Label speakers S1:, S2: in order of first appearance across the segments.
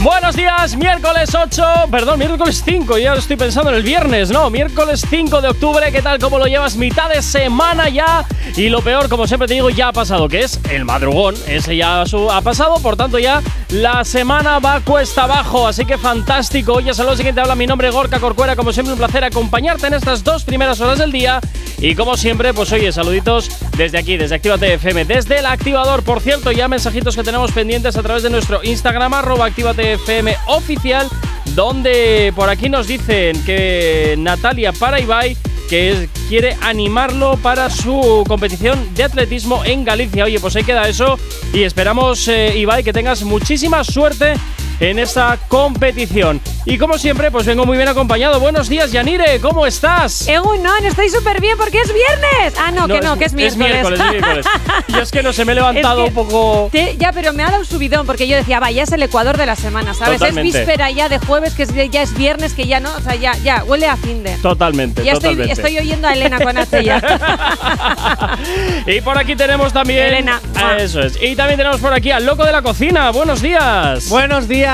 S1: Buenos días, miércoles 8, perdón, miércoles 5, ya estoy pensando en el viernes, ¿no? Miércoles 5 de octubre, ¿qué tal? ¿Cómo lo llevas? Mitad de semana ya. Y lo peor, como siempre te digo, ya ha pasado, que es el madrugón. Ese ya su- ha pasado, por tanto ya la semana va cuesta abajo, así que fantástico. Ya lo siguiente habla mi nombre, Gorka Corcuera, como siempre un placer acompañarte en estas dos primeras horas del día. Y como siempre, pues oye, saluditos desde aquí, desde Actívate FM, desde el activador. Por cierto, ya mensajitos que tenemos pendientes a través de nuestro Instagram, arroba Actívate FM oficial, donde por aquí nos dicen que Natalia Paraibay que es- quiere animarlo para su competición de atletismo en Galicia. Oye, pues ahí queda eso y esperamos, eh, Ibai, que tengas muchísima suerte en esta competición. Y como siempre, pues vengo muy bien acompañado. Buenos días, Yanire, ¿cómo estás?
S2: Egunon, estoy súper bien porque es viernes. Ah, Eh, no, que no, que es miércoles.
S1: miércoles, es miércoles. Yo es que no se me he levantado
S2: que
S1: un poco.
S2: Te- ya, pero me ha dado un subidón porque yo decía, vaya, es el Ecuador de la semana, ¿sabes?
S1: Totalmente.
S2: Es víspera ya de jueves, que es- ya es viernes, que ya no, o sea, ya, ya, huele a fin de.
S1: Totalmente,
S2: Ya estoy,
S1: totalmente.
S2: estoy oyendo a Elena con H ya.
S1: y por aquí tenemos también. ah,
S2: Elena, mua.
S1: Eso es. Y también tenemos por aquí al loco de la cocina. Buenos días.
S3: Buenos días.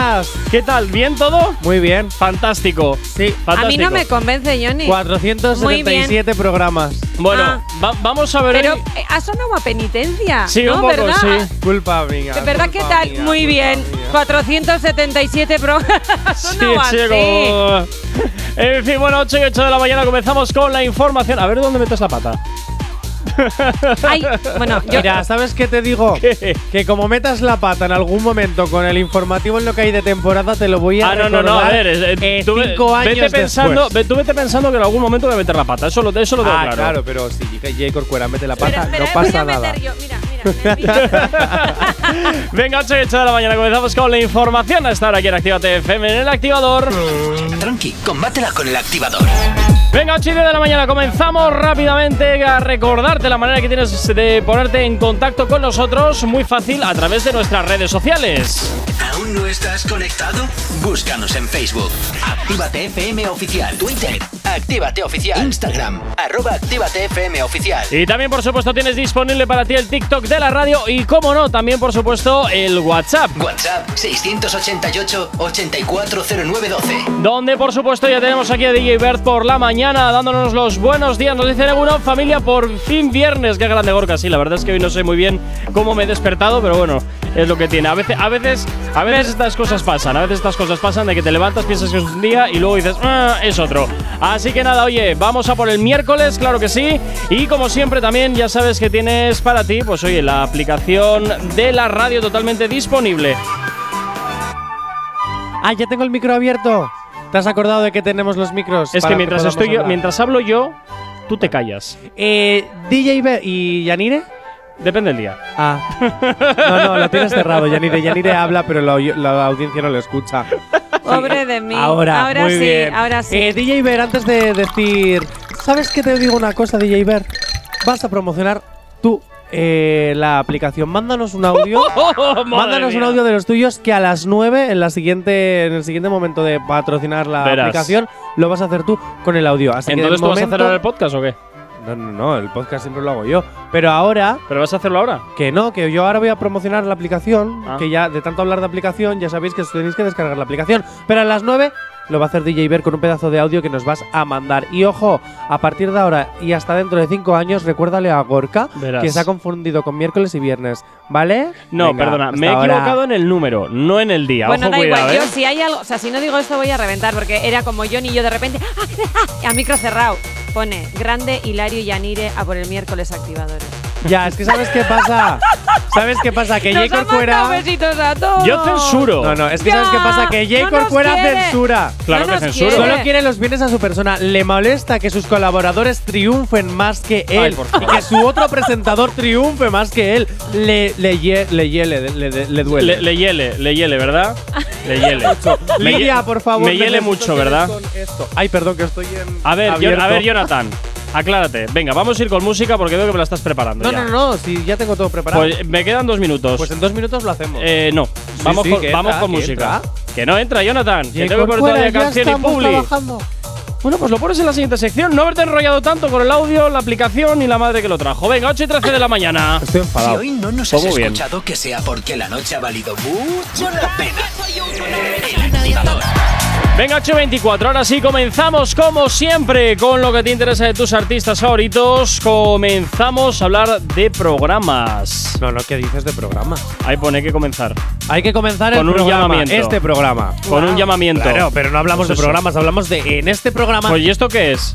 S1: ¿Qué tal? ¿Bien todo?
S3: Muy bien.
S1: Fantástico.
S3: Sí.
S2: a
S1: Fantástico.
S2: mí no me convence, Johnny.
S3: 477 programas.
S1: Bueno,
S2: Ah.
S1: va- vamos a ver.
S2: Pero
S1: hoy-
S2: eh, ha sonado a penitencia.
S1: Sí,
S2: ¿no?
S1: un poco,
S2: ¿Verdad?
S1: sí.
S3: Culpa mía.
S2: ¿De verdad qué
S3: culpa
S2: tal?
S3: mía,
S2: Muy
S3: culpa
S2: bien.
S3: mía.
S2: 477 programas. Ha
S1: Sí,
S2: sonado
S1: sí,
S2: así.
S1: como- En fin, bueno, 8 y 8 de la mañana comenzamos con la información. A ver dónde metes la pata.
S2: Ay, bueno, yo
S3: Mira, ¿sabes qué te digo?
S1: ¿Qué?
S3: Que como metas la pata en algún momento con el informativo en lo que hay de temporada, te lo voy a
S1: Ah, no, no, no, a ver, es-
S3: eh,
S1: tú ve-
S3: cinco años
S1: vete pensando,
S3: después.
S1: ve- tú vete pensando que en algún momento voy a meter la pata, eso lo, eso lo tengo
S3: ah,
S1: claro.
S3: claro. pero si J. Corcuera mete la
S2: Espera,
S3: pata,
S2: espera,
S3: no
S2: eh,
S3: pasa
S2: voy a
S3: nada.
S2: meter yo. Mira, mira, mira.
S1: Venga, 8 y 8 de la mañana comenzamos con la información a esta hora aquí en Actívate FM en el activador.
S4: Tranqui, combátela con el activador.
S1: Venga, 8 y 10 de la mañana, comenzamos rápidamente a recordarte la manera que tienes de ponerte en contacto con nosotros, muy fácil, a través de nuestras redes sociales.
S4: ¿Aún no estás conectado? Búscanos en Facebook. Actívate FM Oficial. Twitter. Actívate Oficial. Instagram. Arroba Actívate FM Oficial.
S1: Y también, por supuesto, tienes disponible para ti el TikTok de la radio y, como no, también, por supuesto, el WhatsApp.
S4: WhatsApp 688-840912.
S1: Donde, por supuesto, ya tenemos aquí a DJ Bert por la mañana dándonos los buenos días. Nos dice uno, familia, por fin viernes. Qué grande Gorka, sí. La verdad es que hoy no sé muy bien cómo me he despertado, pero bueno, es lo que tiene. A veces, a veces, a veces estas cosas pasan. A veces estas cosas pasan de que te levantas, piensas que es un día y luego dices, "Ah, es otro. Así que nada, oye, vamos a por el miércoles, claro que sí. Y como siempre, también ya sabes que tienes para ti, pues oye, la aplicación de la radio totalmente disponible.
S3: Ah, ya tengo el micro abierto. ¿Te has acordado de que tenemos los micros?
S1: Es
S3: para
S1: que mientras
S3: podamos
S1: estoy yo,
S3: hablar?
S1: mientras hablo yo, tú te callas.
S3: Eh, DJ Ber- y Yanire.
S1: Depende del día.
S3: Ah. No, no, lo tienes cerrado. Yanire, Yanire habla, pero la, oy- la audiencia no lo escucha.
S2: Pobre de mí.
S3: Ahora, muy
S2: sí,
S3: bien.
S2: ahora sí.
S3: Eh, DJ Ver, antes de decir. ¿Sabes qué te digo una cosa, DJ Ver? Vas a promocionar tú eh, la aplicación. Mándanos un audio.
S2: Oh,
S1: Madre
S3: Mándanos un
S1: mía.
S3: audio de los tuyos que a las 9, en, la siguiente, en el siguiente momento de patrocinar la
S1: Verás.
S3: aplicación, lo vas a hacer tú con el audio. Así
S1: Entonces,
S3: que de
S1: ¿tú vas a hacer
S3: momento-
S1: ahora el podcast o qué?
S3: No, no, no, el podcast siempre lo hago yo. Pero ahora
S1: ¿Pero vas a hacerlo ahora?
S3: que no, que yo ahora voy a promocionar la aplicación,
S1: Ah.
S3: que ya de tanto hablar de aplicación, ya sabéis que os tenéis que descargar la aplicación. Pero a las 9 lo va a hacer DJ Ver con un pedazo de audio que nos vas a mandar. Y ojo, a partir de ahora y hasta dentro de 5 años, recuérdale a Gorka
S1: Verás.
S3: que se ha confundido con miércoles y viernes, ¿vale?
S1: No,
S3: Venga,
S1: perdona,
S3: hasta
S1: me he
S3: ahora.
S1: equivocado en el número, no en el día.
S2: bueno,
S1: Ojo,
S2: da
S1: cuidado,
S2: igual.
S1: ¿eh?
S2: Yo, si hay algo. O sea, si no digo esto, voy a reventar porque era como Johnny y yo de repente. ¡ah, a micro cerrado. Pone grande Hilario y Yanire a por el miércoles activadores.
S3: Ya, es que ¿sabes qué pasa? ¿Sabes qué pasa? Que J.
S2: Nos han mandado
S3: Corcuera.
S2: besitos a todos.
S1: Yo censuro.
S3: No, no, es que
S2: Ya,
S3: ¿sabes qué pasa? Que J.
S2: no nos
S3: Corcuera
S2: quiere.
S3: censura.
S1: Claro
S2: No
S1: que
S2: nos
S1: censuro.
S2: quiere.
S3: Solo quiere los bienes a su persona. Le molesta que sus colaboradores triunfen más que
S1: Ay,
S3: él.
S1: por
S3: y
S1: favor.
S3: que su otro presentador triunfe más que él. Le, le, hie- le, hiele, le, le- le duele.
S1: Le, le hiele, le hiele, ¿verdad? Le hiele. Me
S3: Lidia,
S1: hie-
S3: por favor.
S1: Me hiele
S3: necesito
S1: mucho,
S3: que
S1: ¿verdad?
S3: des con esto. Ay, perdón, que estoy en.
S1: A ver, Jon-
S3: abierto.
S1: a ver, Jonathan, aclárate. Venga, vamos a ir con música porque veo que me la estás preparando.
S3: No,
S1: ya.
S3: no, no, si ya tengo todo preparado. Pues,
S1: Pues me quedan dos minutos.
S3: en dos minutos lo hacemos.
S1: Eh, no, vamos
S3: sí,
S1: con,
S3: que
S1: vamos
S3: entra,
S1: con
S3: que
S1: música.
S3: entra.
S1: Que no entra, Jonathan. Que tengo que poner
S3: Corcuera,
S1: todavía canción y
S3: estamos
S1: publi.
S3: trabajando.
S1: Bueno, pues lo pones en la siguiente sección. No haberte enrollado tanto con el audio, la aplicación y la madre que lo trajo. Venga, 8 y 13 de la mañana.
S3: Estoy
S4: Si
S3: enfadado.
S4: hoy no nos has
S1: Todo bien.
S4: escuchado, que sea porque la noche ha valido mucho la pena. Eh, El activador.
S1: Venga, 8.24, ahora sí comenzamos como siempre con lo que te interesa de tus artistas favoritos. Comenzamos a hablar de programas.
S3: No, no, ¿qué dices de programa?
S1: Ahí pone que comenzar.
S3: Hay que comenzar
S1: Con
S3: el
S1: un
S3: programa,
S1: llamamiento.
S3: este programa.
S1: Con un llamamiento. Pues
S3: Claro, pero no hablamos de
S1: Eso sí.
S3: programas, hablamos de en este programa,
S1: Pues, ¿y esto qué es?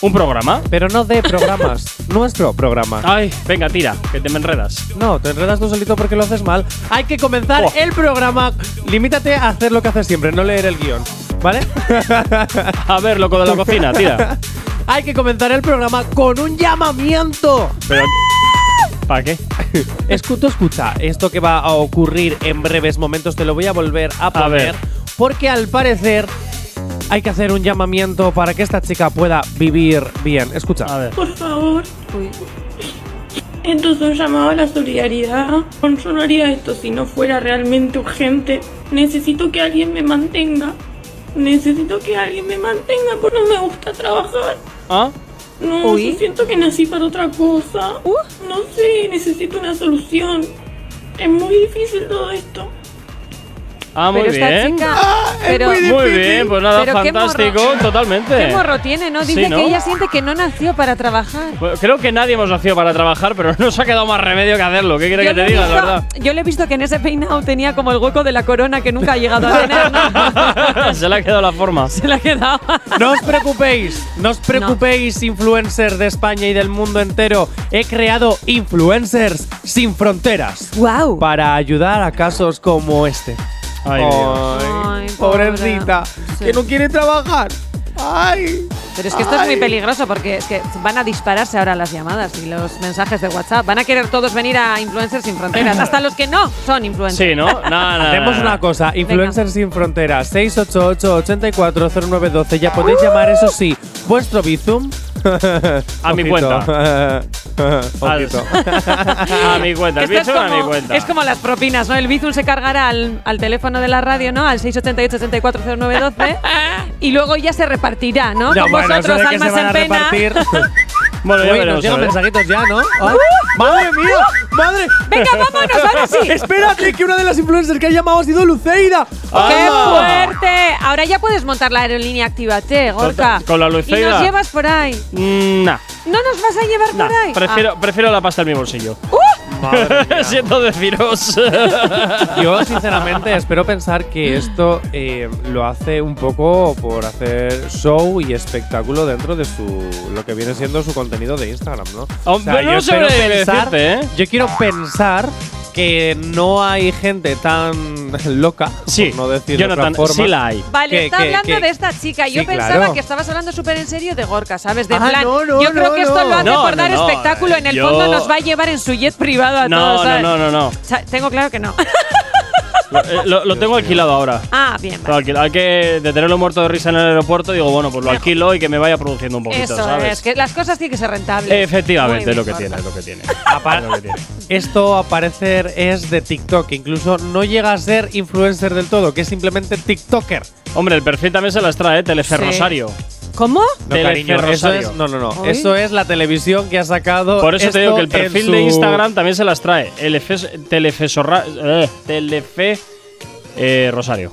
S1: ¿Un programa?
S3: pero no de programas, nuestro programa.
S1: Ay, venga, tira, que te me enredas.
S3: No, te enredas tú solito porque lo haces mal. Hay que comenzar
S1: Oh.
S3: el programa. Limítate a hacer lo que haces siempre, no leer el guión. ¿Vale?
S1: A ver, loco de la cocina, tira.
S3: Hay que comenzar el programa con un llamamiento.
S1: Pero, ¿Para qué?
S3: Escuto, escucha, esto que va a ocurrir en breves momentos te lo voy a volver a poner.
S1: ver.
S3: Porque al parecer hay que hacer un llamamiento para que esta chica pueda vivir bien. Escucha.
S1: A ver.
S5: Por favor,
S2: Uy,
S5: entonces un llamado a la solidaridad. Con- Yo no haría esto si no fuera realmente urgente. Necesito que alguien me mantenga. Necesito que alguien me mantenga porque no me gusta trabajar.
S1: ¿Ah?
S5: No,
S2: Uy.
S5: yo siento que nací para otra cosa. No sé, necesito una solución. Es muy difícil todo esto.
S1: Ah, muy
S2: pero esta
S1: bien.
S2: chica. pero,
S1: Muy bien, pues nada,
S2: Pero qué
S1: fantástico,
S2: morro.
S1: totalmente.
S2: ¿Qué morro tiene, no?
S1: Sí,
S2: Dice
S1: ¿no?
S2: que ella siente que no nació para trabajar.
S1: Pues Creo que nadie hemos nacido para trabajar, pero nos ha quedado más remedio que hacerlo. ¿Qué quieres que
S2: le
S1: te
S2: he
S1: diga, la
S2: visto-
S1: verdad?
S2: yo le he visto que en ese peinado tenía como el hueco de la corona que nunca ha llegado a tener, ¿no?
S1: Se le ha quedado la forma.
S2: Se la ha quedado.
S3: No os preocupéis, no os preocupéis, influencers de España y del mundo entero. He creado influencers sin fronteras
S2: ¡Wow!
S3: para ayudar a casos como este.
S1: Ay, Dios.
S3: Ay,
S2: Ay, pobre.
S3: pobrecita,
S2: Sí.
S3: que no quiere trabajar. Ay.
S2: Pero es que esto es muy peligroso porque es que van a dispararse ahora las llamadas y los mensajes de WhatsApp. Van a querer todos venir a Influencers sin Fronteras, hasta los que no son influencers.
S1: Sí, ¿no? Nada, nada.
S3: Hacemos
S1: nada.
S3: una cosa, Influencers sin Fronteras, 688-840912. Ya podéis llamar, eso sí, vuestro Bizum.
S1: A mi
S3: cuenta.
S1: Al- a mi cuenta, el
S2: Que esto es
S1: bicho a mi
S2: como,
S1: cuenta.
S2: es como las propinas, ¿no? El Bizum se cargará al, al teléfono de la radio, ¿no? Al 688-840912 y luego ya se repartirá, ¿no? Con vosotros, almas en pena.
S1: Bueno, ya
S3: Uy,
S1: veremos.
S3: nos
S1: a
S3: llegan
S1: ver.
S3: mensajitos ya, ¿no? Ay, ¡Ah! ¡Madre mía! ¡Madre!
S2: Venga, vámonos, ahora sí.
S3: Espérate, que una de las influencers que ha llamado ha sido Luceida.
S2: ¡Qué
S1: ¡Hala!
S2: fuerte! Ahora ya puedes montar la aerolínea Actívate, Gorka.
S1: Total, con la
S2: Y
S1: Luceida.
S2: nos llevas por ahí.
S1: Mm, Nah,
S2: ¿No nos vas a llevar
S1: nah.
S2: por ahí? Ah. ¡Uh!
S1: Prefiero, prefiero la pasta en mi bolsillo. Siento deciros.
S3: Yo, sinceramente, espero pensar que esto eh, lo hace un poco por hacer show y espectáculo dentro de su lo que viene siendo su contenido de Instagram, ¿no?
S1: Hombre, no
S3: yo
S1: sabré
S3: quiero pensar,
S1: decirte, ¿eh?
S3: yo quiero pensar que no hay gente tan loca,
S1: sí,
S3: por no decir de
S1: Jonathan,
S3: otra forma.
S1: sí la hay.
S2: Ah, Vale,
S3: que-
S2: está
S3: que-
S2: hablando
S3: que-
S2: de esta chica. Yo
S3: Sí,
S2: pensaba
S3: claro.
S2: que estabas hablando súper en serio de Gorka, ¿sabes? De
S3: Ah,
S2: plan,
S3: no, no,
S2: yo creo
S3: no,
S2: que esto
S3: no.
S2: lo hace
S1: No,
S2: por
S1: no,
S2: dar
S1: no,
S2: espectáculo. En el
S1: yo-
S2: fondo nos va a llevar en su jet privado a todos,
S1: No, no,
S2: ¿sabes?
S1: no, no, no.
S2: O sea, tengo claro que no.
S1: Lo, eh, lo- lo tengo alquilado ahora.
S2: ah, bien,
S1: Lo
S2: vale.
S1: alquilo. Hay que de tenerlo muerto de risa en el aeropuerto. Digo, bueno, pues lo alquilo y que me vaya produciendo un poquito,
S2: Eso
S1: ¿sabes?
S2: es, que las cosas tienen que ser rentables.
S1: Efectivamente,
S2: Muy
S1: es lo que
S2: bien,
S1: tiene, es
S2: Gorka.
S1: lo que tiene.
S3: Apar-
S1: Es lo que tiene.
S3: Esto a parecer es de TikTok, incluso no llega a ser influencer del todo, que es simplemente TikToker.
S1: Hombre, el perfil también se las trae, ¿eh? Teleferrosario.
S2: ¿Cómo?
S3: No,
S1: Del
S3: cariño,
S1: Efe
S3: eso
S1: Rosario.
S3: es, no, no, no.
S2: Uy.
S3: Eso es la televisión que ha sacado.
S1: Por eso te digo
S3: esto
S1: que el
S3: en
S1: perfil
S3: su-
S1: de Instagram también se las trae. El Efe- Telefesorra- eh, Telefe eh, Rosario.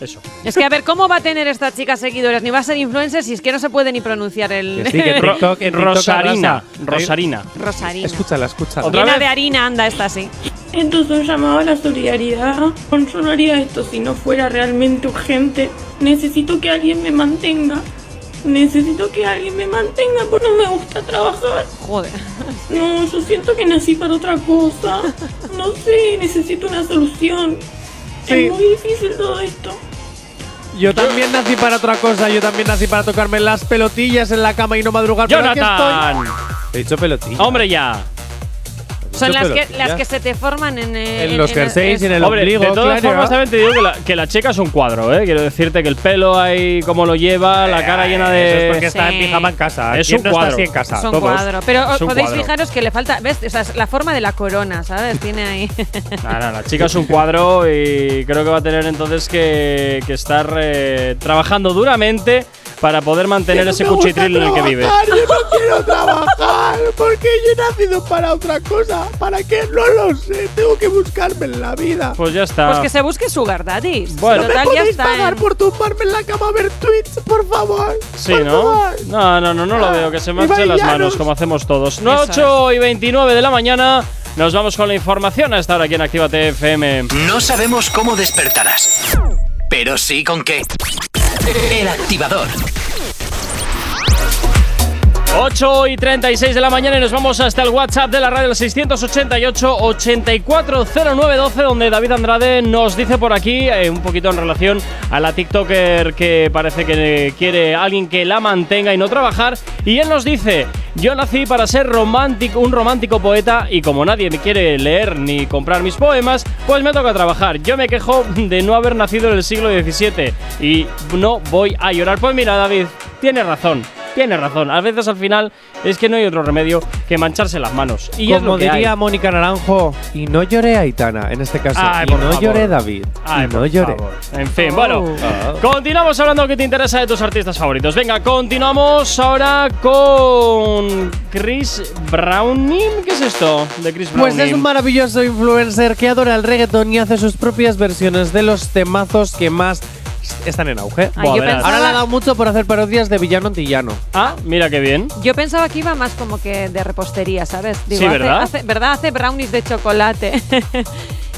S1: Eso.
S2: Es que a ver, ¿cómo va a tener esta chica seguidores? Ni va a ser influencer si es que no se puede ni pronunciar el.
S3: Que sí, que
S1: Ro-
S3: TikTok, en TikTok
S1: Rosarina.
S3: arrasa.
S1: Rosarina.
S2: Rosarina.
S3: Escúchala, escúchala.
S1: Otra-
S2: Llena
S1: vez?
S2: de harina anda esta, sí.
S5: Entonces un llamado a la solidaridad. Con- Yo no haría esto si no fuera realmente urgente. Necesito que alguien me mantenga. Necesito que alguien me mantenga porque no me gusta trabajar.
S2: Joder.
S5: No, yo siento que nací para otra cosa. No sé, necesito una solución.
S3: Sí.
S5: Es muy difícil todo esto.
S3: Yo también nací para otra cosa. Yo también nací para tocarme las pelotillas en la cama y no madrugar. pero aquí
S1: ¡Jonathan!
S3: estoy. He dicho pelotillas.
S1: ¡Hombre, ya!
S2: Son
S3: Yo
S2: las
S3: creo
S2: que,
S3: que
S2: las
S3: ya.
S2: que se te forman en, eh,
S3: En los jerseys y en el
S1: Hombre,
S3: ombligo.
S1: de todas
S3: claro.
S1: formas también te digo que la, que la checa es un cuadro, ¿eh? Quiero decirte que el pelo ahí, cómo lo lleva, la cara llena de…
S3: Eh, Eso es porque está en
S2: Sí.
S3: pijama en casa.
S1: Es
S3: ¿Quién
S1: un
S3: no está
S1: cuadro.
S3: así en casa?
S2: Son
S3: Todos.
S2: cuadros. Pero os
S1: Son
S2: podéis
S1: cuadro.
S2: fijaros que le falta. ¿Ves? O sea, es la forma de la corona, ¿sabes? Tiene ahí.
S1: No, no, la chica es un cuadro y creo que va a tener entonces que, que estar eh, trabajando duramente para poder mantener ese cuchitril en el que vive.
S6: Yo no quiero trabajar porque yo he nacido para otra cosa. ¿Para qué? No lo sé. Tengo que buscarme en la vida.
S1: Pues ya está.
S2: Pues que se busque Sugar Daddy.
S1: Bueno.
S6: ¿No me
S2: total, ya
S6: podéis
S2: está. ¿eh?
S6: pagar
S2: en-
S6: por tumbarme en la cama a ver tweets, por favor?
S1: Sí,
S6: Por
S1: ¿no?
S6: favor.
S1: No, no, no, no lo
S6: Ah,
S1: veo, que se
S6: y
S1: manchen las
S6: bailaros.
S1: manos como hacemos todos.
S2: Eso
S1: 8 y 29 de la mañana, nos vamos con la información a estar aquí en Activa FM.
S4: No sabemos cómo despertarás, pero sí con qué. El activador.
S1: 8 y 36 de la mañana y nos vamos hasta el WhatsApp de la radio el 688 840912 donde David Andrade nos dice por aquí eh, un poquito en relación a la TikToker que parece que eh, quiere alguien que la mantenga y no trabajar y él nos dice yo nací para ser romántico, un romántico poeta y como nadie me quiere leer ni comprar mis poemas, pues me toca trabajar. Yo me quejo de no haber nacido en el siglo XVII y no voy a llorar. Pues mira, David, tienes razón. Tienes razón, a veces al final es que no hay otro remedio que mancharse las manos. Y es
S3: Como
S1: lo que
S3: diría
S1: hay.
S3: Mónica Naranjo, y no lloré Aitana, en este caso.
S1: Ay,
S3: y
S1: por
S3: no
S1: favor.
S3: lloré David.
S1: Ay,
S3: y no Oh.
S1: por
S3: lloré.
S1: favor. En fin, bueno, continuamos hablando de lo que te interesa de tus artistas favoritos. Venga, continuamos ahora con Chris Browning. ¿Qué es esto de Chris Browning?
S3: Pues es un maravilloso influencer que adora el reggaetón y hace sus propias versiones de los temazos que más están en auge.
S2: Ay, yo,
S1: Buah, verás.
S3: Ahora le ha dado
S2: pensaba,
S3: mucho por hacer parodias de villano antillano.
S1: Ah, mira qué bien.
S2: yo pensaba que iba más como que de repostería, ¿sabes?
S1: Sí,
S2: hace-
S1: ¿verdad?
S2: Hace, ¿Verdad? Hace brownies de chocolate.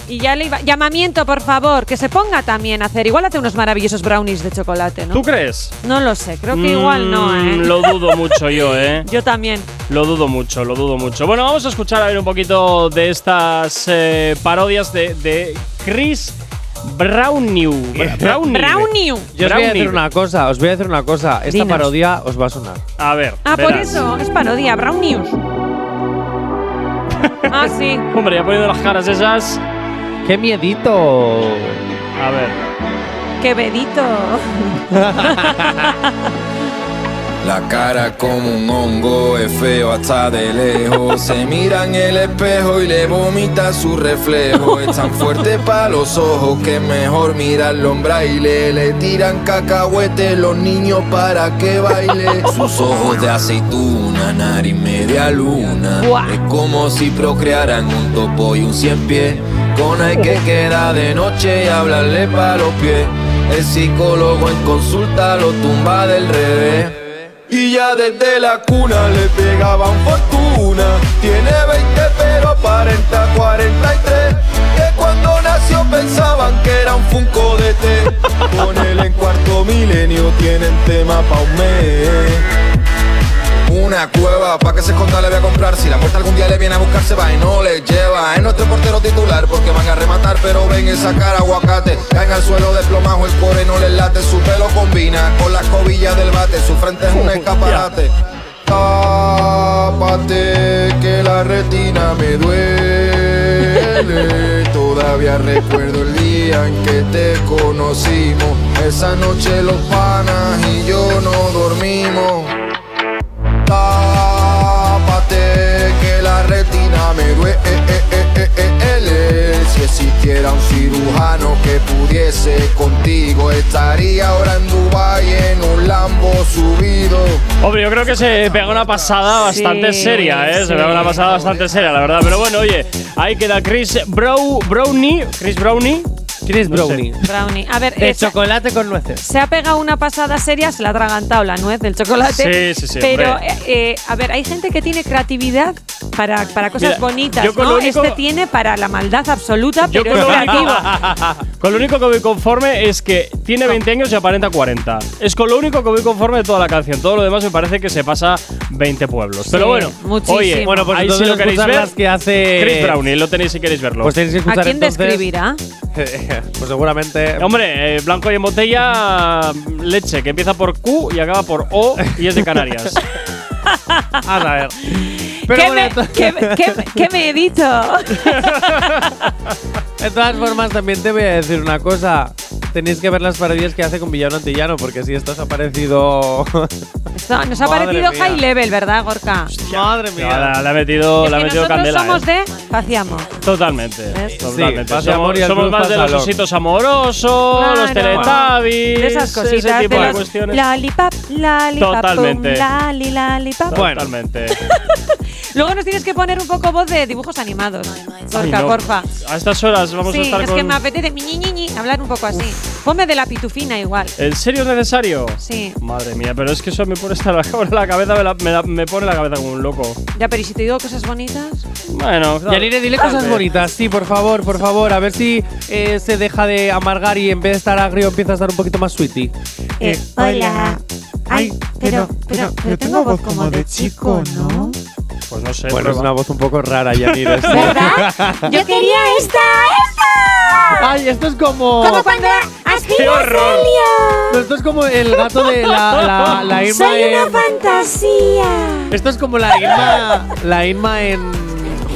S2: y ya le iba. Llamamiento, por favor, que se ponga también a hacer. Igual hace unos maravillosos brownies de chocolate, ¿no?
S1: ¿Tú crees?
S2: No lo sé, creo que igual no, ¿eh?
S1: Mm, Lo dudo mucho yo, ¿eh?
S2: Yo también.
S1: Lo dudo mucho, lo dudo mucho. Bueno, vamos a escuchar a ver un poquito de estas eh, parodias de, de Chris Brownew. Brownie.
S2: Brownie.
S3: Yo os voy a decir
S1: Brownie.
S3: una cosa, os voy a decir una cosa. Esta
S2: Dinos.
S3: parodia os va a sonar.
S1: A ver.
S2: Ah, por
S1: verás.
S2: eso, es parodia, Brown News. ah, sí.
S1: Hombre, ya poniendo las caras esas.
S3: ¡Qué miedito!
S1: A ver.
S2: Qué vedito.
S7: La cara como un hongo, es feo hasta de lejos. Se mira en el espejo y le vomita su reflejo. Es tan fuerte para los ojos que es mejor mirarlo en braille. Le tiran cacahuete los niños para que baile. Sus ojos de aceituna, nariz media luna.
S2: Guau.
S7: Es como si procrearan un topo y un cien pies. Con el que queda de noche y hablarle para los pies. El psicólogo en consulta lo tumba del revés. Y ya desde la cuna le pegaban fortuna. Tiene 20 pero aparenta 43. Que cuando nació pensaban que era un funco de té. Con él en cuarto milenio tienen tema pa' un mes. Una cueva, pa' que se esconda le voy a comprar Si la muerte algún día le viene a buscar se va y no le lleva Es nuestro portero titular porque van a rematar Pero ven esa cara aguacate Caen al suelo desplomajo, el core no le late Su pelo combina con las cobillas del bate Su frente es un escaparate Tápate que la retina me duele Todavía recuerdo el día en que te conocimos Esa noche los panas y yo no dormimos Tápate que la retina me duele. Si existiera un cirujano que pudiese contigo, estaría ahora en Dubai en un Lambo subido.
S1: Hombre, yo creo que se pega una pasada
S2: Sí,
S1: bastante seria, ¿eh? Se
S2: sí.
S1: pega una pasada bastante seria, la verdad. Pero bueno, oye, ahí queda Chris Brow- Brownie. Chris Brownie.
S3: Chris
S1: No sé.
S3: Brownie.
S2: Brownie. A ver,
S3: De
S2: esa-
S3: chocolate con nueces.
S2: se ha pegado una pasada seria, se la ha atragantado la nuez del chocolate.
S1: Sí, sí, sí,
S2: Pero,
S1: hombre.
S2: eh, eh, a ver, hay gente que tiene creatividad para, para cosas
S1: Mira,
S2: bonitas,
S1: yo con
S2: ¿no?
S1: lo único-
S2: Este tiene para la maldad absoluta,
S1: Yo
S2: pero es
S1: con lo
S2: creativo.
S1: único- Ah, Con lo único que voy conforme es que tiene 20 años y aparenta 40. Es con lo único que voy conforme de toda la canción. Todo lo demás me parece que se pasa 20 pueblos. Pero bueno,
S2: muchísimo.
S1: oye,
S2: Bueno,
S3: pues
S1: ahí si
S3: entonces
S1: lo queréis
S3: escuchar
S1: ver,
S3: las que hace-
S1: Chris Brownie, lo tenéis si queréis verlo.
S3: Pues tenéis que
S2: ¿A
S3: escuchar
S2: quién
S3: entonces-
S2: describirá?
S3: pues seguramente.
S1: Hombre, eh, blanco y en botella, mm, leche, que empieza por Q y acaba por O y es de Canarias.
S3: a ver. Pero
S2: ¿Qué,
S3: bueno,
S2: me,
S3: entonces-
S2: qué me- qué me- qué me he dicho?
S3: De todas formas, también te voy a decir una cosa. Tenéis que ver las parodias que hace con Villano Antillano, porque si esto os ha parecido.
S2: Esto nos ha
S3: Madre
S2: parecido
S3: mía.
S2: high level, ¿verdad, Gorka?
S3: Madre
S1: No, la, la ha metido,
S2: Es
S1: la ha
S2: que
S1: metido
S2: nosotros
S1: candela.
S2: somos
S1: ¿eh?
S2: de Faciamo.
S1: Totalmente.
S2: ¿Ves?
S3: Sí,
S1: totalmente.
S3: pasa amor
S1: somos
S3: y al
S1: somos
S3: cruz
S1: más de
S3: pasa
S1: los
S3: lo.
S1: ositos amorosos, Oh, los
S2: Claro.
S1: teletubbies.
S2: De esas
S1: Ese
S2: cositas,
S1: tipo
S2: de
S1: de,
S2: los
S1: cuestiones.
S2: lollipop, lollipop,
S1: Totalmente.
S2: pum, lali, lollipop.
S3: Bueno.
S1: Totalmente.
S2: Luego nos tienes que poner un poco voz de dibujos animados. Gorka,
S1: no.
S2: porfa.
S1: A estas horas vamos a
S2: sí,
S1: estar
S2: es
S1: con.
S2: que me apetece mi, ñi, ñi, ñi, hablar un poco así. Ponme de la pitufina igual.
S1: ¿En serio es necesario?
S2: Sí.
S1: Madre mía, pero es que eso me pone hasta la, la cabeza, me, la- me la- me pone la cabeza como un loco.
S2: Ya, pero ¿y si te digo cosas bonitas?
S1: Bueno,
S3: Yanire, dile cosas bonitas, sí, por favor, por favor. A ver si eh, se deja de amargar y en vez de estar agrio empieza a estar un poquito más sweetie.
S2: Eh, hola. Ay, pero, pero, pero tengo voz como de chico, ¿no?
S1: Pues no sé.
S3: Bueno, es una
S1: prueba.
S3: voz un poco rara, Yanire. sí.
S2: ¿Verdad? Yo quería esta, esta.
S3: Ay, esto es como.
S2: Como cuando
S1: ¡Qué
S2: aspira
S1: horror!
S3: Esto es como el gato de la, la, la Irma en-
S2: fantasía.
S3: Esto es como la Irma, la Irma en.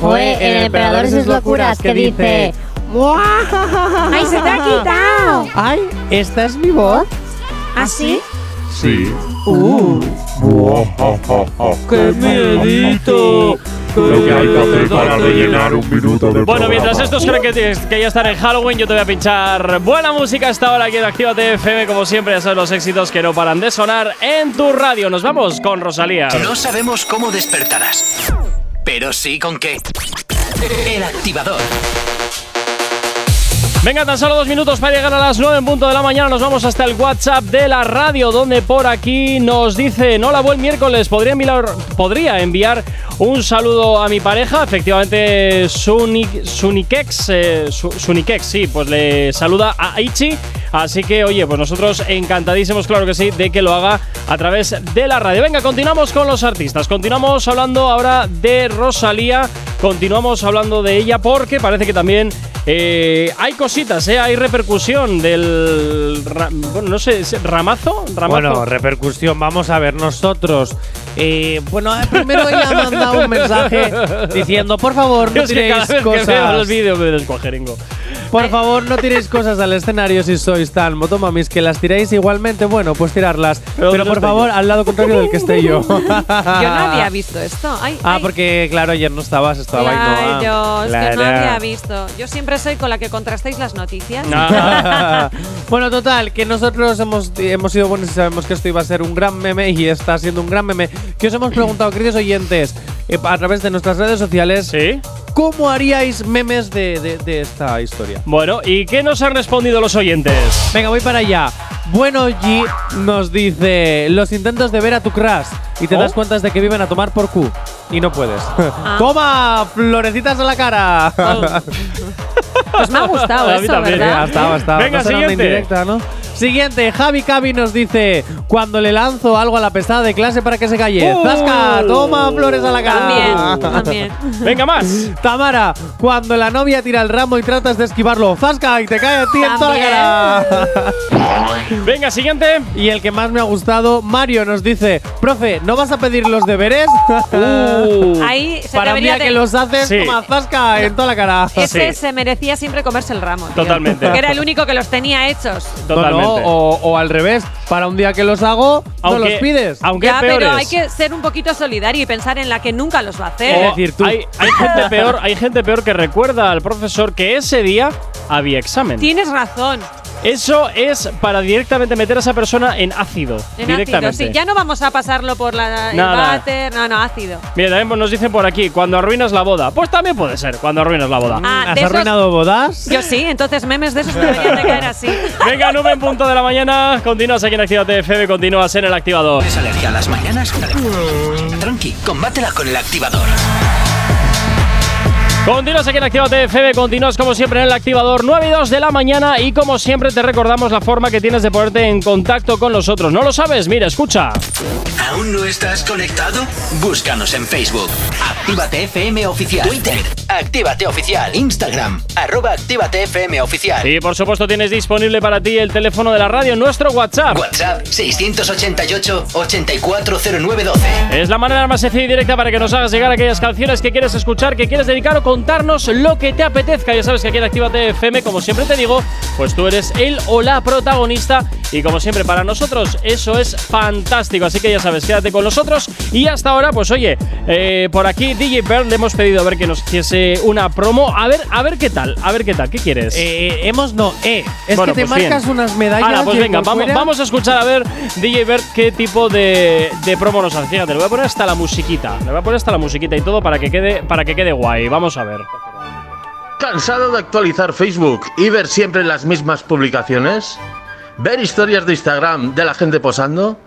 S8: Joder, en el Emperador y sus locuras, que dice.
S3: "Muajajaja".
S2: Ay, se te ha quitado. ¿Ah,
S3: ¡Ay! ¿Esta es mi voz?
S2: ¿Así?
S3: ¡Uh!
S9: Oh,
S3: ¡Qué miedito!
S9: Lo que hay que hacer para rellenar un minuto de
S1: Bueno, mientras estos creen que, tienes- que ya están en Halloween, yo te voy a pinchar buena música hasta ahora aquí en Actívate FM. Como siempre, ya sabes los éxitos que no paran de sonar en tu radio. Nos vamos con Rosalía.
S4: No sabemos cómo despertarás, pero sí con qué. El activador.
S1: Venga, tan solo dos minutos para llegar a las 9 en punto de la mañana. Nos vamos hasta el WhatsApp de la radio, donde por aquí nos dice: Hola, buen miércoles. ¿Podría enviar, podría enviar un saludo a mi pareja? Efectivamente, Suni- Sunikex. eh, Su- Sunikex, sí, pues le saluda a Ichi. Así que, oye, pues nosotros encantadísimos, claro que sí, de que lo haga a través de la radio. Venga, continuamos con los artistas. Continuamos hablando ahora de Rosalía. Continuamos hablando de ella porque parece que también eh, hay cositas, ¿eh? Hay repercusión del. ra- bueno, no sé, ¿es ¿ramazo? ¿Ramazo?
S3: Bueno, repercusión, vamos a ver nosotros. Eh, bueno, eh, primero ella ha mandado un mensaje diciendo, por favor,
S1: Yo
S3: no
S1: es que cada
S3: tiréis
S1: vez que veo los
S3: cosas.
S1: vídeos me descuajeringo.
S3: Por favor, no tiréis cosas al escenario si sois tan motomamis que las tiráis igualmente. Bueno, pues tirarlas.
S1: Pero
S3: Pero,
S1: ¿dónde
S3: por
S1: estoy
S3: favor,
S1: yo?
S3: al lado contrario del que esté yo. yo no
S2: Yo no había visto esto. Ay,
S3: Ah,
S2: ay.
S3: porque claro, ayer no Ah. estabas, estaba
S2: Claro,
S3: Ainhoa.
S2: es que no había visto. Yo siempre soy con la que contrastáis las noticias.
S3: Nada. bueno, total, que nosotros hemos, hemos sido buenos y sabemos que esto iba a ser un gran meme y está siendo un gran meme. Que os hemos preguntado, queridos oyentes, eh, a través de nuestras redes sociales,
S1: ¿Sí?
S3: ¿cómo haríais memes de, de- de esta historia?
S1: Bueno, ¿y qué nos han respondido los oyentes?
S3: Venga, voy para allá. Bueno, G nos dice los intentos de ver a tu crush y te
S1: ¿Oh?
S3: das cuenta de que viven a tomar por Q y no puedes. ¡Toma! ¡Florecitas a la cara!
S2: Pues me ha gustado
S1: A mí
S2: eso,
S1: también,
S3: Ya
S2: ¿verdad?
S3: estaba, estaba.
S1: Venga,
S3: eh, No será una
S1: siguiente.
S3: indirecta, ¿no? Siguiente, Javi Cavi nos dice: Cuando le lanzo algo a la pesada de clase para que se calle.
S1: ¡Oh!
S3: ¡Zasca! ¡Toma flores a la cara!
S2: Uh.
S1: Ah.
S2: También, también.
S1: Venga, más.
S3: Tamara, cuando la novia tira el ramo y tratas de esquivarlo, ¡zasca! Y te cae a ti en toda la cara.
S1: Venga, siguiente.
S3: y el que más me ha gustado, Mario, nos dice: Profe, ¿no vas a pedir los deberes? Uh.
S2: Ahí se
S3: para un
S2: debería
S3: día
S2: de-
S3: que los haces,
S1: Sí.
S3: toma, ¡zasca! En toda la cara.
S2: Ese
S1: Sí.
S2: se merecía siempre comerse el ramo. tío.
S1: Totalmente.
S2: Porque era el único que los tenía hechos.
S3: No, no,
S1: Totalmente.
S3: o, o al revés, para un día que los hago, no los pides.
S1: Aunque
S2: Ya,
S1: hay peores.
S2: pero hay que ser un poquito solidario y pensar en la que nunca los va a hacer.
S1: O
S3: Es decir, tú.
S1: Hay, hay gente peor, hay gente peor que recuerda al profesor que ese día había examen.
S2: Tienes razón.
S1: Eso es para directamente meter a esa persona en ácido.
S2: En
S1: directamente.
S2: ácido. Sí, ya no vamos a pasarlo por la,
S1: Nada.
S2: el váter. No, no, ácido.
S1: Mira, también pues, nos dicen por aquí, cuando arruinas la boda. Pues también puede ser, cuando arruinas la boda.
S2: Ah,
S3: ¿Has
S2: de esos-
S3: arruinado bodas?
S2: Yo sí, entonces memes de esos me deberían de caer así.
S1: Venga, nube en punto de la mañana. Continúas aquí en Actívate FM, continúas en el activador.
S4: ¿Tienes alergia a las mañanas? Tranqui, combátela con el activador.
S1: Continúas aquí en Actívate FM, continúas como siempre en el activador 9 y 2 de la mañana y como siempre te recordamos la forma que tienes de ponerte en contacto con nosotros. ¿No lo sabes? Mira, escucha.
S4: ¿Aún no estás conectado? Búscanos en Facebook. Actívate FM Oficial. Twitter. Actívate Oficial. Instagram. Arroba Actívate FM Oficial.
S1: Y por supuesto tienes disponible para ti el teléfono de la radio, nuestro WhatsApp.
S4: WhatsApp 688-840912.
S1: Es la manera más sencilla y directa para que nos hagas llegar aquellas canciones que quieres escuchar, que quieres dedicar o contarnos lo que te apetezca. Ya sabes que aquí en Actívate FM, como siempre te digo, pues tú eres el o la protagonista. Y como siempre, para nosotros eso es fantástico. Así que ya sabes, quédate con nosotros. Y hasta ahora, pues oye, eh, por aquí DJ Pearl le hemos pedido a ver que nos hiciese una promo. A ver, a ver qué tal, a ver qué tal, ¿qué quieres?
S3: Eh, hemos no, eh. Es
S1: Bueno,
S3: que te
S1: pues bien.
S3: marcas unas medallas.
S1: Hala, pues
S3: y
S1: venga,
S3: por
S1: vamos,
S3: fuera-
S1: vamos a escuchar a ver DJ Bert qué tipo de, de promo nos hace. Fíjate, le voy a poner hasta la musiquita. Le voy a poner hasta la musiquita y todo para que quede, para que quede guay. Vamos a ver.
S10: ¿Cansado de actualizar Facebook y ver siempre las mismas publicaciones? ¿Ver historias de Instagram de la gente posando?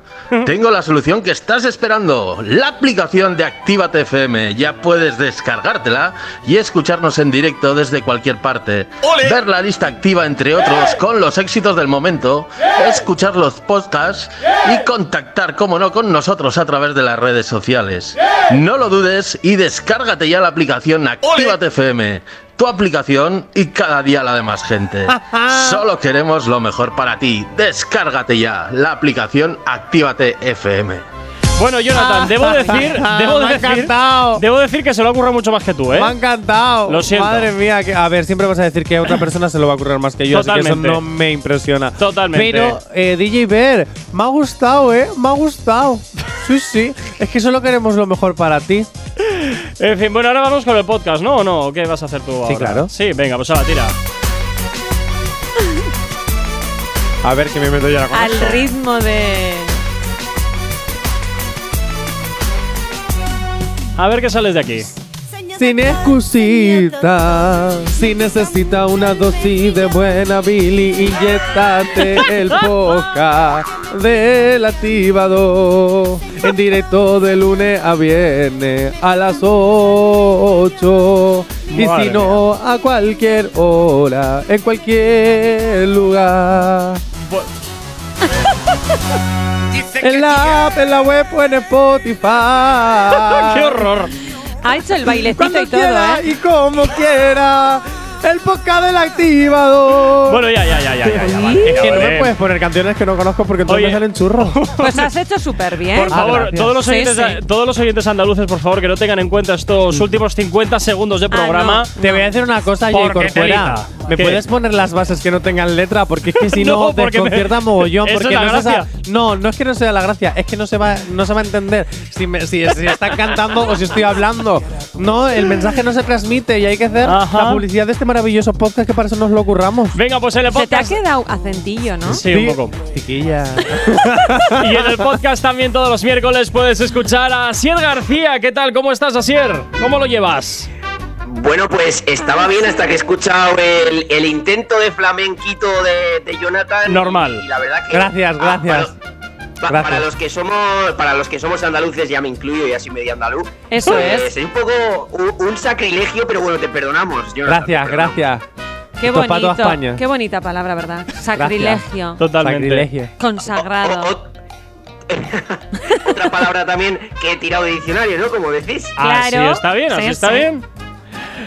S10: Tengo la solución que estás esperando, la aplicación de Actívate FM. Ya puedes descargártela y escucharnos en directo desde cualquier parte. Ver la lista activa, entre otros, con los éxitos del momento, escuchar los podcasts y contactar, como no, con nosotros a través de las redes sociales. No lo dudes y descárgate ya la aplicación Actívate FM tu aplicación y cada día la de más gente. Solo queremos lo mejor para ti. Descárgate ya la aplicación Actívate FM.
S1: Bueno, Jonathan, debo decir, debo
S3: Ah, Me ha
S1: decir,
S3: encantado.
S1: debo decir que se lo ha currado mucho más que tú, ¿eh?
S3: Me ha encantado.
S1: Lo siento.
S3: Madre mía, que- a ver, siempre vas a decir que a otra persona se lo va a currar más que yo, así que eso
S1: Totalmente.
S3: no me impresiona.
S1: Totalmente.
S3: Pero, eh, DJ Bear, me ha gustado, ¿eh? Me ha gustado. Sí, sí. Es que solo queremos lo mejor para ti.
S1: En fin, bueno, ahora vamos con el podcast, ¿no? ¿O no? ¿Qué vas a hacer tú ahora?
S3: claro.
S1: Sí, venga, pues ahora tira.
S3: A ver, que me meto ya la
S2: Al ritmo de.
S1: A ver qué sales de aquí.
S3: Si necesita, si necesita una dosis de buena Billy, inyectate el poca del activador. En directo de lunes a viernes a las 8. Y
S1: Madre
S3: si no, a cualquier hora, en cualquier lugar. En la app, en la web o en Spotify. Ah.
S1: ¡Qué horror!
S2: Ha hecho el bailecito
S3: Cuando
S2: y todo,
S3: quiera
S2: ¿eh?
S3: y como quiera. El podcast del activador.
S1: Bueno, ya, ya, ya, ya, ya. ya, vale,
S3: es que no me
S1: joder.
S3: puedes poner canciones que no conozco porque entonces
S1: Oye.
S3: me salen churros.
S2: Pues has hecho súper bien.
S1: Por favor,
S3: gracias.
S1: todos los,
S2: Ah, Sí,
S1: oyentes,
S2: sí.
S1: todos los oyentes andaluces, por favor, que no tengan en cuenta estos últimos 50 segundos de programa.
S2: Ah, no.
S3: Te voy a decir una cosa,
S1: Porque
S3: Jay Corcuera.
S1: telita.
S3: ¿Me
S1: ¿Qué?
S3: puedes poner las bases que no tengan letra? Porque es que si
S1: No,
S3: no,
S1: porque
S3: te
S1: me-
S3: concierta mogollón.
S1: Esa es
S3: Porque
S1: la
S3: no, se
S1: gracia.
S3: sa- no, no es que no sea la gracia, es que no se va, no se va a entender si, me, si, si están cantando o si estoy hablando. No, el mensaje no se transmite y hay que hacer
S1: Ajá.
S3: la publicidad de este maravilloso podcast que para eso nos lo curramos.
S1: Venga, pues en el
S2: Se te ha
S1: podcast.
S2: quedado acentillo, ¿no?
S1: Sí, un poco.
S3: Chiquilla.
S1: Y en el podcast también todos los miércoles puedes escuchar a Asier García. ¿Qué tal? ¿Cómo estás, Asier? ¿Cómo lo llevas?
S11: Bueno, pues estaba bien hasta que he escuchado el, el intento de flamenquito de, de Jonathan.
S1: Normal.
S11: Y la verdad que.
S3: Gracias,
S11: ah,
S3: gracias.
S11: para, pa-
S3: Gracias.
S11: para los que somos, para los que somos andaluces, ya me incluyo, ya soy medio andaluz.
S2: Eso
S11: eh,
S2: es.
S11: Es un poco un, un sacrilegio, pero bueno, te perdonamos. Jonathan, te
S3: Gracias,
S11: perdonamos.
S3: gracias.
S2: Qué
S3: Esto es para toda
S2: bonito.
S3: España.
S2: Qué bonita palabra, ¿verdad? Sacrilegio.
S1: Totalmente.
S3: Sacrilegio.
S11: O-
S2: Consagrado.
S11: o- Otra palabra también que he tirado de diccionario, ¿no? Como decís.
S1: Así
S2: Claro.
S1: está bien, así
S2: Sí,
S1: está
S2: sí.
S1: bien.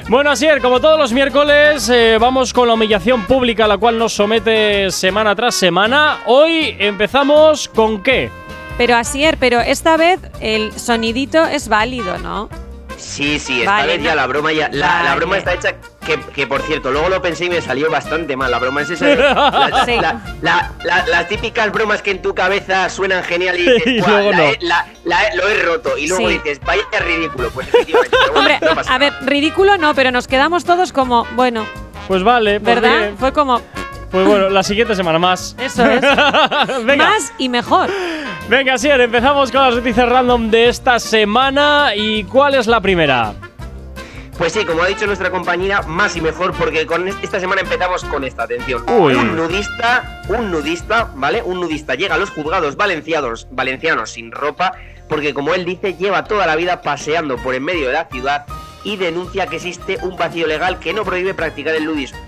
S1: Bueno, Asier, como todos los miércoles, eh, vamos con la humillación pública a la cual nos somete semana tras semana. Hoy empezamos con qué?
S2: Pero Asier, pero esta vez el sonidito es válido, ¿no?
S11: Sí, sí, esta
S2: Vale,
S11: vez ya
S2: no-
S11: la broma ya. La, la
S2: Vale.
S11: broma está hecha. Que, que, por cierto, luego lo pensé y me salió bastante mal. La broma es esa. de- la-
S2: Sí.
S11: la- la- la- las típicas bromas que en tu cabeza suenan genial y dices,
S1: Y
S11: "Buah,
S1: luego
S11: la
S1: no.
S11: he- la- la he- lo he roto. Y luego
S2: Sí.
S11: dices, vaya ridículo. Pues efectivamente, pero bueno,
S2: Hombre,
S11: no pasa
S2: a ver, ridículo no, pero nos quedamos todos como, bueno,
S1: Pues vale, pues
S2: ¿verdad?
S1: bien.
S2: Fue como,
S1: Pues bueno, la siguiente semana más.
S2: Eso es.
S1: Venga.
S2: más y mejor.
S1: Venga, Asier, empezamos con las noticias random de esta semana. ¿Y cuál es la primera?
S11: Pues sí, como ha dicho nuestra compañera, más y mejor, porque con est- esta semana empezamos con esta atención.
S1: Uy.
S11: Un nudista, un nudista, ¿vale? Un nudista llega a los juzgados valencianos, valencianos sin ropa, porque como él dice, lleva toda la vida paseando por en medio de la ciudad y denuncia que existe un vacío legal que no prohíbe practicar el nudismo.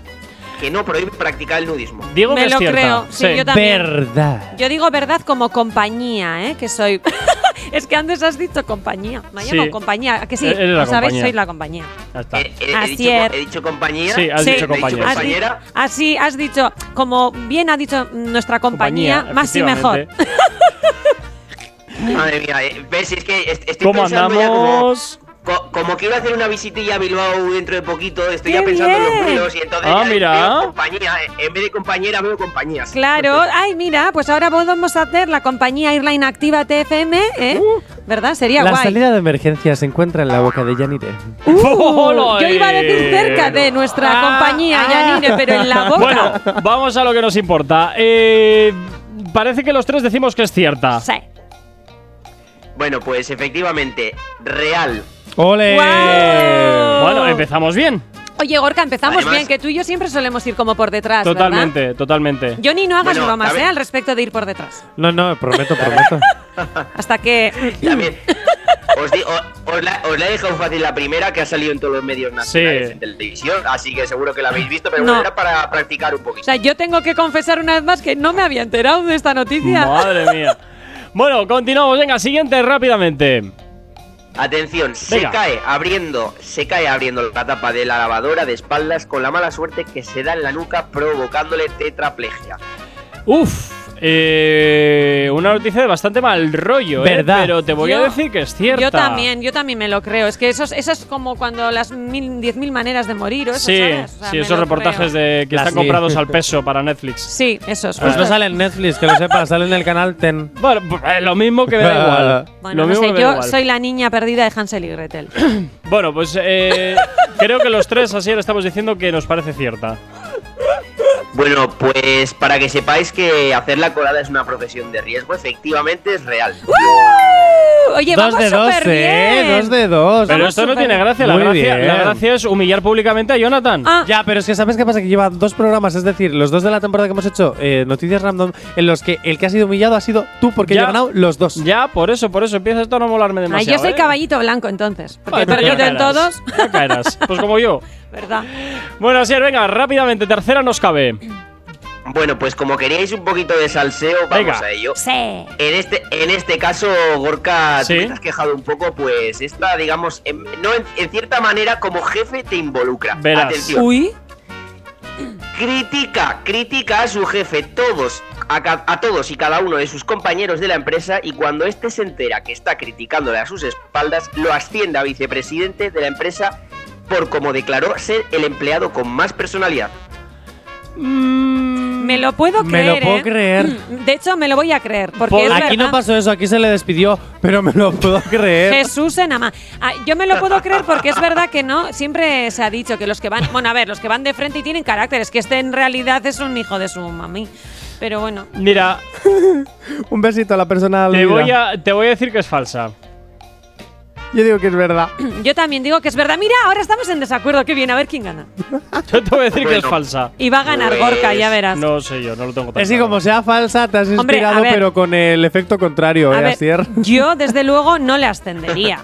S11: que no prohíbe practicar el nudismo.
S1: Digo
S2: Me
S1: que es
S2: lo
S1: cierta.
S2: creo, sí, yo también.
S3: Verdad.
S2: Yo digo verdad como compañía, ¿eh? Que soy. es que antes has dicho compañía. Me ha
S1: Sí.
S2: llamado compañía. ¿A que sí?
S1: Eres la
S2: ¿Lo sabéis?
S1: compañía.
S2: Soy la compañía.
S1: Ya está.
S11: Eh, He, he
S2: Así
S11: dicho,
S2: es.
S11: he dicho compañía.
S1: Sí, has
S11: he
S1: dicho compañera.
S2: Has di-
S11: compañera.
S2: así has dicho, como bien ha dicho nuestra compañía, más y mejor.
S1: efectivamente.
S11: Madre mía, eh, ves, es que est- estoy
S1: ¿Cómo
S11: pensando ya como,
S1: andamos?
S11: co- como que iba a hacer una visitilla a Bilbao dentro de poquito, estoy ya
S2: ¡Qué
S11: pensando en
S2: bien!
S11: los bríos y entonces
S1: Ah,
S11: ya
S1: mira.
S11: veo compañía, eh, en vez de compañera veo compañías.
S2: Claro, ay, mira, pues ahora podemos hacer la compañía Airline Activa TFM, ¿eh?
S1: Uh.
S2: ¿Verdad? Sería
S3: La
S2: guay. Uh,
S3: salida de emergencia se encuentra en la boca de Yanire.
S1: ¡Oh,
S2: Yo iba a decir
S1: Lorenzo!
S2: cerca de nuestra
S1: Ah,
S2: compañía,
S1: ah.
S2: Yanine, pero en la boca.
S1: Bueno, vamos a lo que nos importa. Eh, parece que los tres decimos que es cierta.
S2: Sí.
S11: Bueno, pues efectivamente, real.
S3: ¡Ole!
S2: ¡Guau!
S1: Bueno, empezamos bien.
S2: Oye, Gorka, empezamos
S11: Además-
S2: bien, que tú y yo siempre solemos ir como por detrás, ¿verdad?
S1: totalmente, totalmente.
S2: Johnny, no hagas
S11: Bueno,
S2: bromas,
S11: a ver.
S2: ¿eh? Al respecto de ir por detrás.
S3: No, no, prometo, prometo.
S2: Hasta que.
S11: También. Os, di- o- os la, os la he dejado fácil la primera que ha salido en todos los medios nacionales
S1: Sí.
S11: en televisión, así que seguro que la habéis visto, pero
S2: No.
S11: bueno, era para practicar un
S2: O
S11: poquito.
S2: sea, yo tengo que confesar una vez más que no me había enterado de esta noticia.
S1: Madre mía. Bueno, continuamos. Venga, siguiente rápidamente.
S11: Atención, se
S1: Venga.
S11: cae abriendo, se cae abriendo la tapa de la lavadora de espaldas con la mala suerte que se da en la nuca provocándole tetraplegia.
S1: Uf. eh, una noticia de bastante mal rollo, ¿eh?
S3: Verdad.
S1: Pero te voy a
S2: Yo-
S1: decir que es cierta.
S2: Yo también, yo también me lo creo. Es que eso, es- eso es como cuando las mil, diez mil maneras de morir, ¿o? eso,
S1: Sí,
S2: ¿sabes? O sea,
S1: sí,
S2: me
S1: esos
S2: lo
S1: reportajes
S2: creo.
S1: de que
S3: Las
S1: están
S3: sí.
S1: comprados al peso para Netflix.
S2: Sí, esos.
S3: Pues no
S2: justo.
S3: sale en Netflix, que lo sepas, sale en el canal Ten.
S1: Bueno, p- eh, lo mismo que me da igual.
S2: Bueno,
S1: Lo
S2: no
S1: mismo
S2: sé,
S1: que me da
S2: yo
S1: igual.
S2: soy la niña perdida de Hansel y Gretel.
S1: Bueno, pues eh, creo que los tres así ahora estamos diciendo que nos parece cierta.
S11: Bueno, pues para que sepáis que hacer la colada es una profesión de riesgo, efectivamente es real.
S2: ¡Uh! Oye,
S3: dos
S2: vamos
S3: de dos,
S2: súper
S3: ¿eh?
S2: bien.
S3: Dos de dos.
S1: Pero esto no
S2: súper
S1: tiene
S2: bien.
S1: gracia. La
S3: Muy
S1: gracia, la
S3: bien.
S1: gracia es humillar públicamente a Jonathan.
S2: Ah,
S3: Ya, pero es que sabes qué pasa, que lleva dos programas, es decir, los dos de la temporada que hemos hecho, eh, Noticias Random, en los que el que ha sido humillado ha sido tú, porque
S1: Ya.
S3: yo he ganado los dos.
S1: Ya, por eso, por eso empieza esto a no molarme
S2: ah,
S1: demasiado.
S2: yo soy
S1: ¿eh?
S2: caballito blanco entonces. Porque
S1: Vale,
S2: he
S1: pero ya
S2: perdido en
S1: caerás,
S2: todos.
S1: ya caerás, pues como yo.
S2: ¿Verdad?
S1: Bueno, así es, venga, rápidamente, tercera nos cabe.
S11: Bueno, pues como queríais un poquito de salseo, vamos
S1: Venga.
S11: a ello.
S2: Sí.
S11: En este, en este caso, Gorka,
S1: Sí.
S11: tú que te has quejado un poco, pues esta, digamos, en, no en, en cierta manera como jefe te involucra.
S1: Verás.
S11: Atención.
S2: Uy.
S11: Critica, critica a su jefe todos, a, ca- a todos y cada uno de sus compañeros de la empresa y cuando éste se entera que está criticándole a sus espaldas, lo asciende a vicepresidente de la empresa por, como declaró, ser el empleado con más personalidad.
S2: Me lo puedo
S3: Me lo
S2: creer.
S3: puedo
S2: ¿eh?
S3: creer.
S2: Mm, De hecho, me lo voy a creer. Porque
S1: Por-
S2: es
S3: Aquí no
S2: verdad.
S3: pasó eso, aquí se le despidió, pero me lo puedo creer.
S2: Jesús en ama. Ah, yo me lo puedo creer porque es verdad que no. Siempre se ha dicho que los que van. Bueno, a ver, los que van de frente y tienen carácter. Es que este en realidad es un hijo de su mami. Pero bueno.
S1: Mira,
S3: Un besito a la persona.
S1: te
S3: aludida.
S1: voy, a, te voy a decir que es falsa.
S3: Yo digo que es verdad.
S2: Yo también digo que es verdad. Mira, ahora estamos en desacuerdo. Qué bien, a ver quién gana.
S1: Yo te voy a decir que es
S11: Bueno.
S1: falsa.
S2: Y va a ganar
S11: Pues,
S2: Gorka, ya verás.
S1: No sé yo, no lo tengo tan
S3: Es que
S1: claro.
S3: como sea falsa, te has
S2: Hombre,
S3: inspirado,
S2: a ver.
S3: pero con el efecto contrario,
S2: A
S3: ¿eh,
S2: ver,
S3: Asier?
S2: yo desde luego no le ascendería.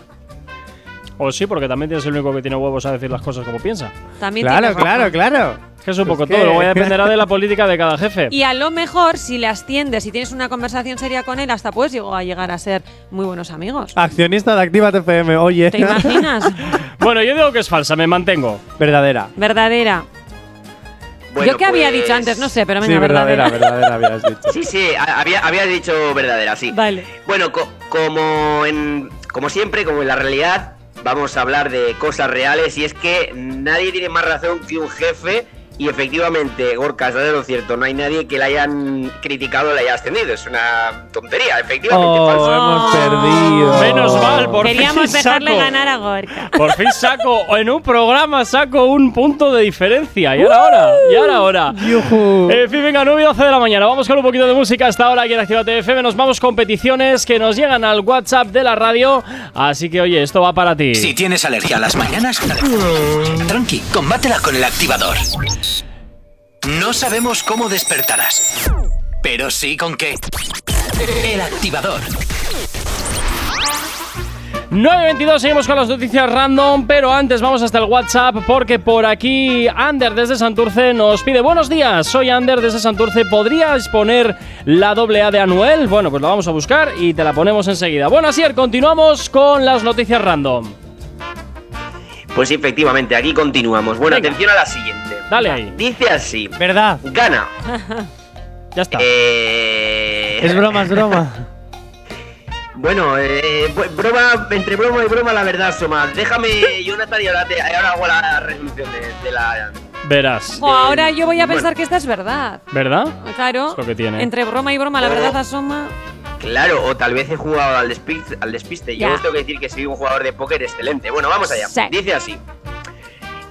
S1: O sí, porque también tienes el único que tiene huevos a decir las cosas como piensa.
S2: También
S3: Claro,
S2: tienes razón.
S3: claro, claro.
S1: Es que es un
S3: Pues
S1: poco
S3: que-
S1: todo, luego ya dependerá de la política de cada jefe.
S2: Y a lo mejor, si le asciendes y tienes una conversación seria con él, hasta puedes llego a llegar a ser muy buenos amigos.
S3: Ah. Accionista de Activa FM, oye.
S2: ¿Te imaginas?
S1: Bueno, yo digo que es falsa, me mantengo.
S3: verdadera.
S2: Verdadera.
S11: Bueno,
S2: Yo que había
S11: pues-
S2: dicho antes, no sé, pero venga,
S3: sí, verdadera,
S2: verdadera.
S3: verdadera, habías dicho.
S11: Sí, sí, a- había, había dicho verdadera, sí.
S2: Vale.
S11: Bueno, co- como, en, como siempre, como en la realidad, vamos a hablar de cosas reales y es que nadie tiene más razón que un jefe y efectivamente, Gorka, estás de lo cierto, no hay nadie que le hayan criticado o le haya ascendido, es una tontería, efectivamente.
S3: Oh,
S11: falso.
S3: hemos perdido.
S1: Menos mal, por
S2: Queríamos
S1: fin
S2: dejarle
S1: saco.
S2: ganar a Gorka.
S1: Por fin saco, en un programa saco un punto de diferencia. Y ahora, ahora, y ahora, ahora.
S3: Yujú.
S1: En fin, venga, 9 y 12 de la mañana. Vamos con un poquito de música hasta ahora aquí en Activate FM. Nos vamos con peticiones que nos llegan al WhatsApp de la radio. Así que, oye, esto va para ti.
S4: Si tienes alergia a las mañanas, tranqui, combátela con el activador. No sabemos cómo despertarás, pero sí con qué. El activador.
S1: 9.22, seguimos con las noticias random, pero antes vamos hasta el WhatsApp porque por aquí Ander desde Santurce nos pide buenos días, soy Ander desde Santurce, ¿podrías poner la doble A de Anuel? Bueno, pues la vamos a buscar y te la ponemos enseguida. Bueno, Asier, continuamos con las noticias random.
S11: Pues efectivamente, aquí continuamos. Bueno,
S1: Venga.
S11: atención a la siguiente.
S1: Dale ahí.
S11: Dice así.
S3: ¿Verdad?
S11: Gana.
S1: Ya está.
S11: Eh,
S3: Es broma, es broma.
S11: Bueno, eh, bu- broma, entre broma y broma, la verdad, Soma. Déjame, Jonathan, y ahora, te- ahora hago la resolución de, de la.
S1: Verás.
S2: Jo, ahora yo voy a
S11: Bueno.
S2: pensar que esta es verdad.
S1: ¿Verdad?
S2: Claro.
S1: Es lo que tiene.
S2: Entre broma y broma, la verdad asoma.
S11: Claro, o tal vez he jugado al despiste. Al despiste. Yo
S2: Ya.
S11: os tengo que decir que soy un jugador de póker excelente. Bueno, vamos allá.
S2: Sí.
S11: Dice así.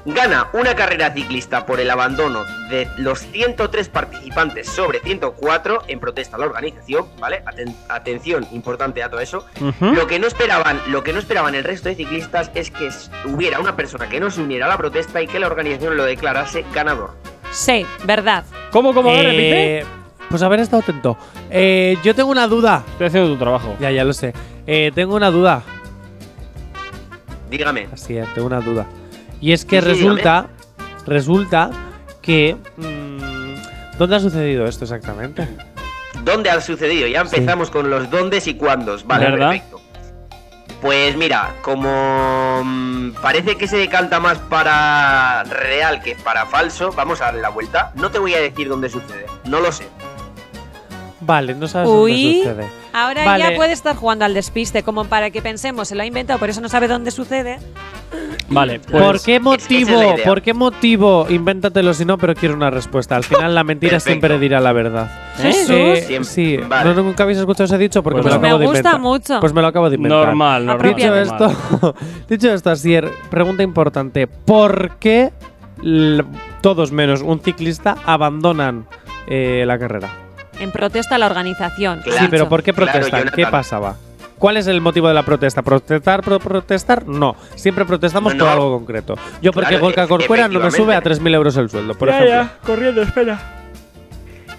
S11: Gana una carrera ciclista por el abandono de los 103 participantes sobre 104 en protesta a la organización, ¿vale? Aten- atención, importante dato eso.
S1: Ujú.
S11: Lo que no esperaban, lo que no esperaban el resto de ciclistas es que s- hubiera una persona que no se uniera a la protesta y que la organización lo declarase ganador.
S2: Sí, verdad.
S1: ¿Cómo, cómo?
S3: Eh,
S1: ¿Repite?
S3: Pues haber estado atento. Eh, yo tengo una duda.
S1: Estoy haciendo tu trabajo.
S3: Ya, ya lo sé. Eh, tengo una duda.
S11: Dígame.
S3: Así es, tengo una duda. Y es que
S11: Sí, sí,
S3: resulta, resulta que... mm, ¿Dónde ha sucedido esto exactamente?
S11: ¿Dónde ha sucedido? Ya empezamos con los dóndes y cuándos, ¿vale?
S3: ¿Verdad?
S11: Perfecto. Pues mira, como mm, parece que se decanta más para real que para falso, vamos a darle la vuelta. No te voy a decir dónde sucede, no lo sé.
S3: Vale, no sabes
S2: Uy.
S3: dónde sucede.
S2: Ahora
S3: Vale.
S2: ya puede estar jugando al despiste, como para que pensemos, se lo ha inventado, por eso no sabe dónde sucede.
S3: Pues
S1: Vale,
S3: ¿Por
S1: pues-
S3: qué motivo?
S1: la idea.
S3: ¿Por qué motivo? Invéntatelo si no, pero quiero una respuesta. Al final la mentira siempre dirá la verdad.
S1: ¿Eh? Jesús.
S11: Siempre.
S3: sí,
S11: Vale.
S3: no, nunca habéis escuchado ese dicho porque
S1: Pues
S3: me lo
S1: no.
S3: acabo
S1: Me
S3: de
S1: gusta
S3: inventar.
S1: mucho.
S3: Pues me lo acabo de inventar.
S1: Normal, normal.
S3: Dicho
S1: Apropiate.
S3: esto, dicho esto, Asier, pregunta importante. ¿Por qué l- todos menos un ciclista abandonan eh, la carrera?
S2: En protesta a la organización.
S3: sí, pero ¿por qué
S11: claro,
S3: protestan?
S11: Jonathan.
S3: ¿Qué pasaba? ¿Cuál es el motivo de la protesta? ¿Protestar por protestar? No. Siempre protestamos
S11: No, no.
S3: por algo concreto. Yo porque
S11: Claro,
S3: Gorka
S11: e-
S3: Corcuera no me
S11: efectivamente.
S3: sube a 3.000 euros el sueldo, por ejemplo.
S1: corriendo, espera.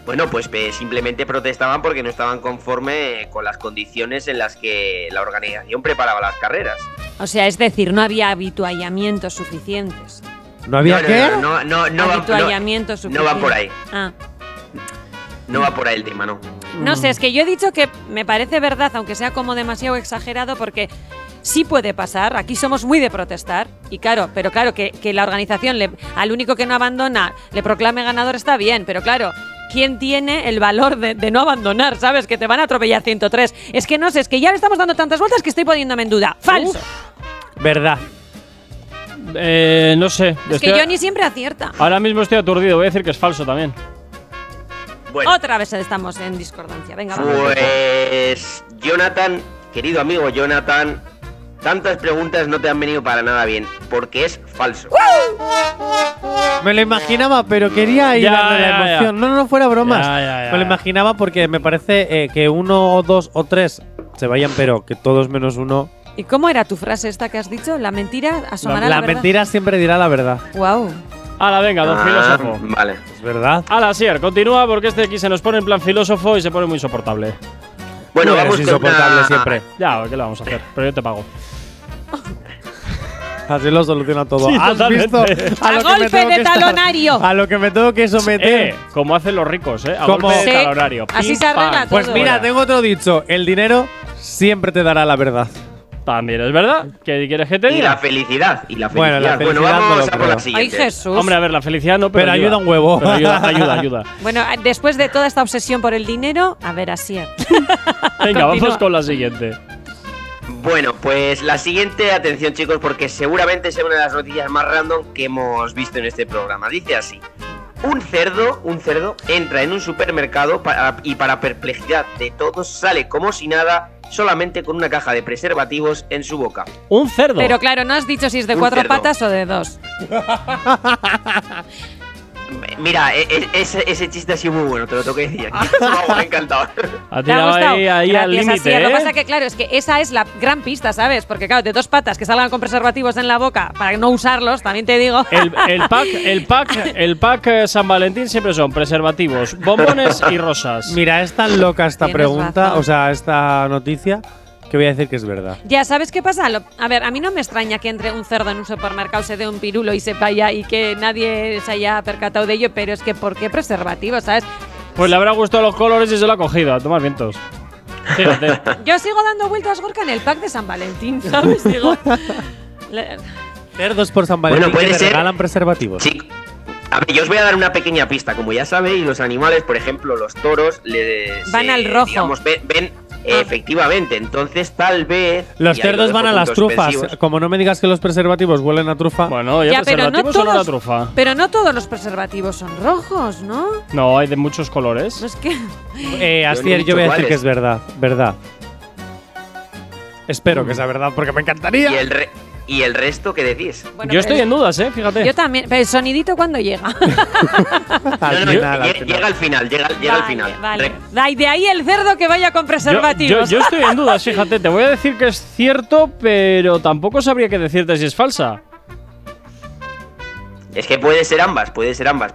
S11: Bueno, pues eh, simplemente protestaban porque no estaban conforme eh, con las condiciones en las que la organización preparaba las carreras.
S2: O sea, es decir, no había habituallamientos suficientes.
S3: ¿No había
S11: no,
S3: qué?
S11: No, no, no, no, va, no,
S2: habituallamientos
S11: no
S2: suficientes.
S11: va por ahí.
S2: Ah.
S11: No va por ahí el tema, no.
S2: No sé, es que yo he dicho que me parece verdad, aunque sea como demasiado exagerado, porque sí puede pasar. Aquí somos muy de protestar. Y claro, pero claro, que, que la organización le- al único que no abandona le proclame ganador está bien, pero claro. ¿Quién tiene el valor de, de no abandonar? ¿Sabes? Que te van a atropellar 103. Es que no sé, es que ya le estamos dando tantas vueltas que estoy poniéndome en duda. ¡Falso!
S3: Verdad.
S1: Eh, no sé.
S2: es que
S1: estoy-
S2: Johnny siempre acierta.
S1: Ahora mismo estoy aturdido, voy a decir que es falso también.
S2: Otra vez estamos en discordancia. Venga, vamos.
S11: Pues Jonathan, querido amigo Jonathan, tantas preguntas no te han venido para nada bien, porque es falso.
S3: Me lo imaginaba, pero quería ir
S1: Ya,
S3: a la
S1: ya,
S3: emoción.
S1: ya.
S3: No, no, no fuera bromas.
S1: Ya, ya, ya,
S3: me lo
S1: ya.
S3: imaginaba porque me parece eh, que uno o dos o tres se vayan, pero que todos menos uno.
S2: ¿Y cómo era tu frase esta que has dicho? La mentira asomará la,
S3: la
S2: verdad.
S3: mentira siempre dirá la verdad.
S2: Wow.
S1: Ala, venga, don
S11: Ah,
S1: filósofo.
S11: Vale.
S3: Es verdad.
S1: Ala, Sier, continúa porque este aquí se nos pone en plan filósofo y se pone muy insoportable.
S11: Bueno,
S3: Tú eres
S11: vamos con
S3: insoportable
S11: una-
S3: siempre.
S1: Ya, ¿qué le vamos a hacer? Pero yo te pago.
S3: Así lo soluciona todo.
S1: Sí,
S3: ¿Has
S1: totalmente.
S3: visto?
S2: A
S3: lo que me
S2: golpe
S3: tengo
S2: de
S3: que estar-
S2: talonario.
S3: a lo que me tengo que someter.
S1: Eh, como hacen los ricos, ¿eh? A
S3: Como-
S1: golpe de
S2: Sí.
S1: talonario.
S2: Así
S1: Pim,
S2: se arregla
S1: pam.
S2: todo.
S3: Pues mira,
S1: Fuera.
S3: tengo otro dicho. El dinero siempre te dará la verdad.
S1: También es verdad. ¿Qué quieres que te
S11: Y la
S1: diga?
S11: felicidad, y la
S3: Bueno,
S11: felicidad.
S3: la
S11: Bueno,
S3: felicidad me lo
S11: vamos a por
S3: creo.
S11: la
S2: Ay,
S11: siguiente.
S2: Jesús.
S1: Hombre, a ver, la felicidad no, pero,
S3: Pero ayuda un huevo.
S1: Pero ayuda, ayuda, ayuda.
S2: Bueno, a- después de toda esta obsesión por el dinero, a ver, así.
S1: Venga, vamos
S2: Continúa.
S1: con la siguiente.
S11: Bueno, pues la siguiente, atención chicos, porque seguramente sea una de las noticias más random que hemos visto en este programa. Dice así. Un cerdo, un cerdo, entra en un supermercado para- y para perplejidad de todos sale como si nada, solamente con una caja de preservativos en su boca.
S1: Un cerdo.
S2: Pero claro, no has dicho si es de
S11: Un
S2: cuatro
S11: cerdo.
S2: patas o de dos.
S11: M- Mira, e- e- ese, ese chiste ha sido muy bueno, te lo tengo que decir. Vamos, me ha encantado.
S1: ha
S2: ¿Te ha
S1: tirado
S2: gustado?
S1: ahí, ahí al
S2: Gracias,
S1: límite,
S2: Asier. Lo
S1: ¿eh?
S2: que pasa que, claro, es que esa es la gran pista, ¿sabes? Porque, claro, de dos patas que salgan con preservativos en la boca para no usarlos, también te digo.
S1: El, el pack, el pack, el pack eh, San Valentín siempre son preservativos, bombones y rosas.
S3: Mira, es tan loca esta
S2: Tienes
S3: pregunta,
S2: razón.
S3: o sea, esta noticia, que voy a decir que es verdad.
S2: Ya, ¿sabes qué pasa? Lo- a ver, a mí no me extraña que entre un cerdo en un supermercado, se dé un pirulo y se vaya y que nadie se haya percatado de ello, pero es que ¿por qué preservativo, sabes?
S1: Pues le habrá gustado los colores y se lo ha cogido. A tomar vientos. Fíjate.
S2: Yo sigo dando vueltas, Gorka, en el pack de San Valentín, ¿sabes? Digo, le-
S3: Cerdos por San Valentín
S11: Bueno, puede
S3: que te
S11: ser.
S3: regalan preservativos.
S11: Sí. A ver, yo os voy a dar una pequeña pista. Como ya sabéis, los animales, por ejemplo, los toros, le,
S2: Van
S11: se-
S2: al rojo. Ah.
S11: digamos, ven, ven, efectivamente. Entonces, tal vez.
S3: Los
S11: y ahí lo
S3: cerdos
S11: dejo
S3: van a
S11: con
S3: las
S11: dos
S3: trufas.
S11: suspensivos.
S3: Como no me digas que los preservativos huelen a trufa.
S1: Bueno,
S2: Ya, pero no todos,
S1: la trufa?
S2: pero no todos los preservativos son rojos, ¿no?
S1: No, hay de muchos colores.
S2: No es que
S3: Eh,
S1: Yo no he
S3: Asier,
S1: dicho
S3: yo voy a
S1: cuáles.
S3: decir que es verdad. Verdad. Espero que sea verdad porque me encantaría.
S11: Y el, re- y el resto, ¿qué decís?
S2: Bueno, Yo pero- estoy en
S1: dudas, ¿eh? Fíjate.
S2: yo también, pero el sonidito cuando llega.
S3: Ah,
S11: No, no,
S3: final,
S11: lle- llega al final, llega, llega al
S2: Vale,
S11: final.
S2: Vale.
S11: Re-
S2: Da- Y de ahí el cerdo que vaya con
S1: Yo, yo,
S2: preservativos.
S1: yo estoy en dudas, fíjate. Te voy a decir que es cierto, pero tampoco sabría qué decirte si es falsa.
S11: Es que puede ser ambas, puede ser ambas.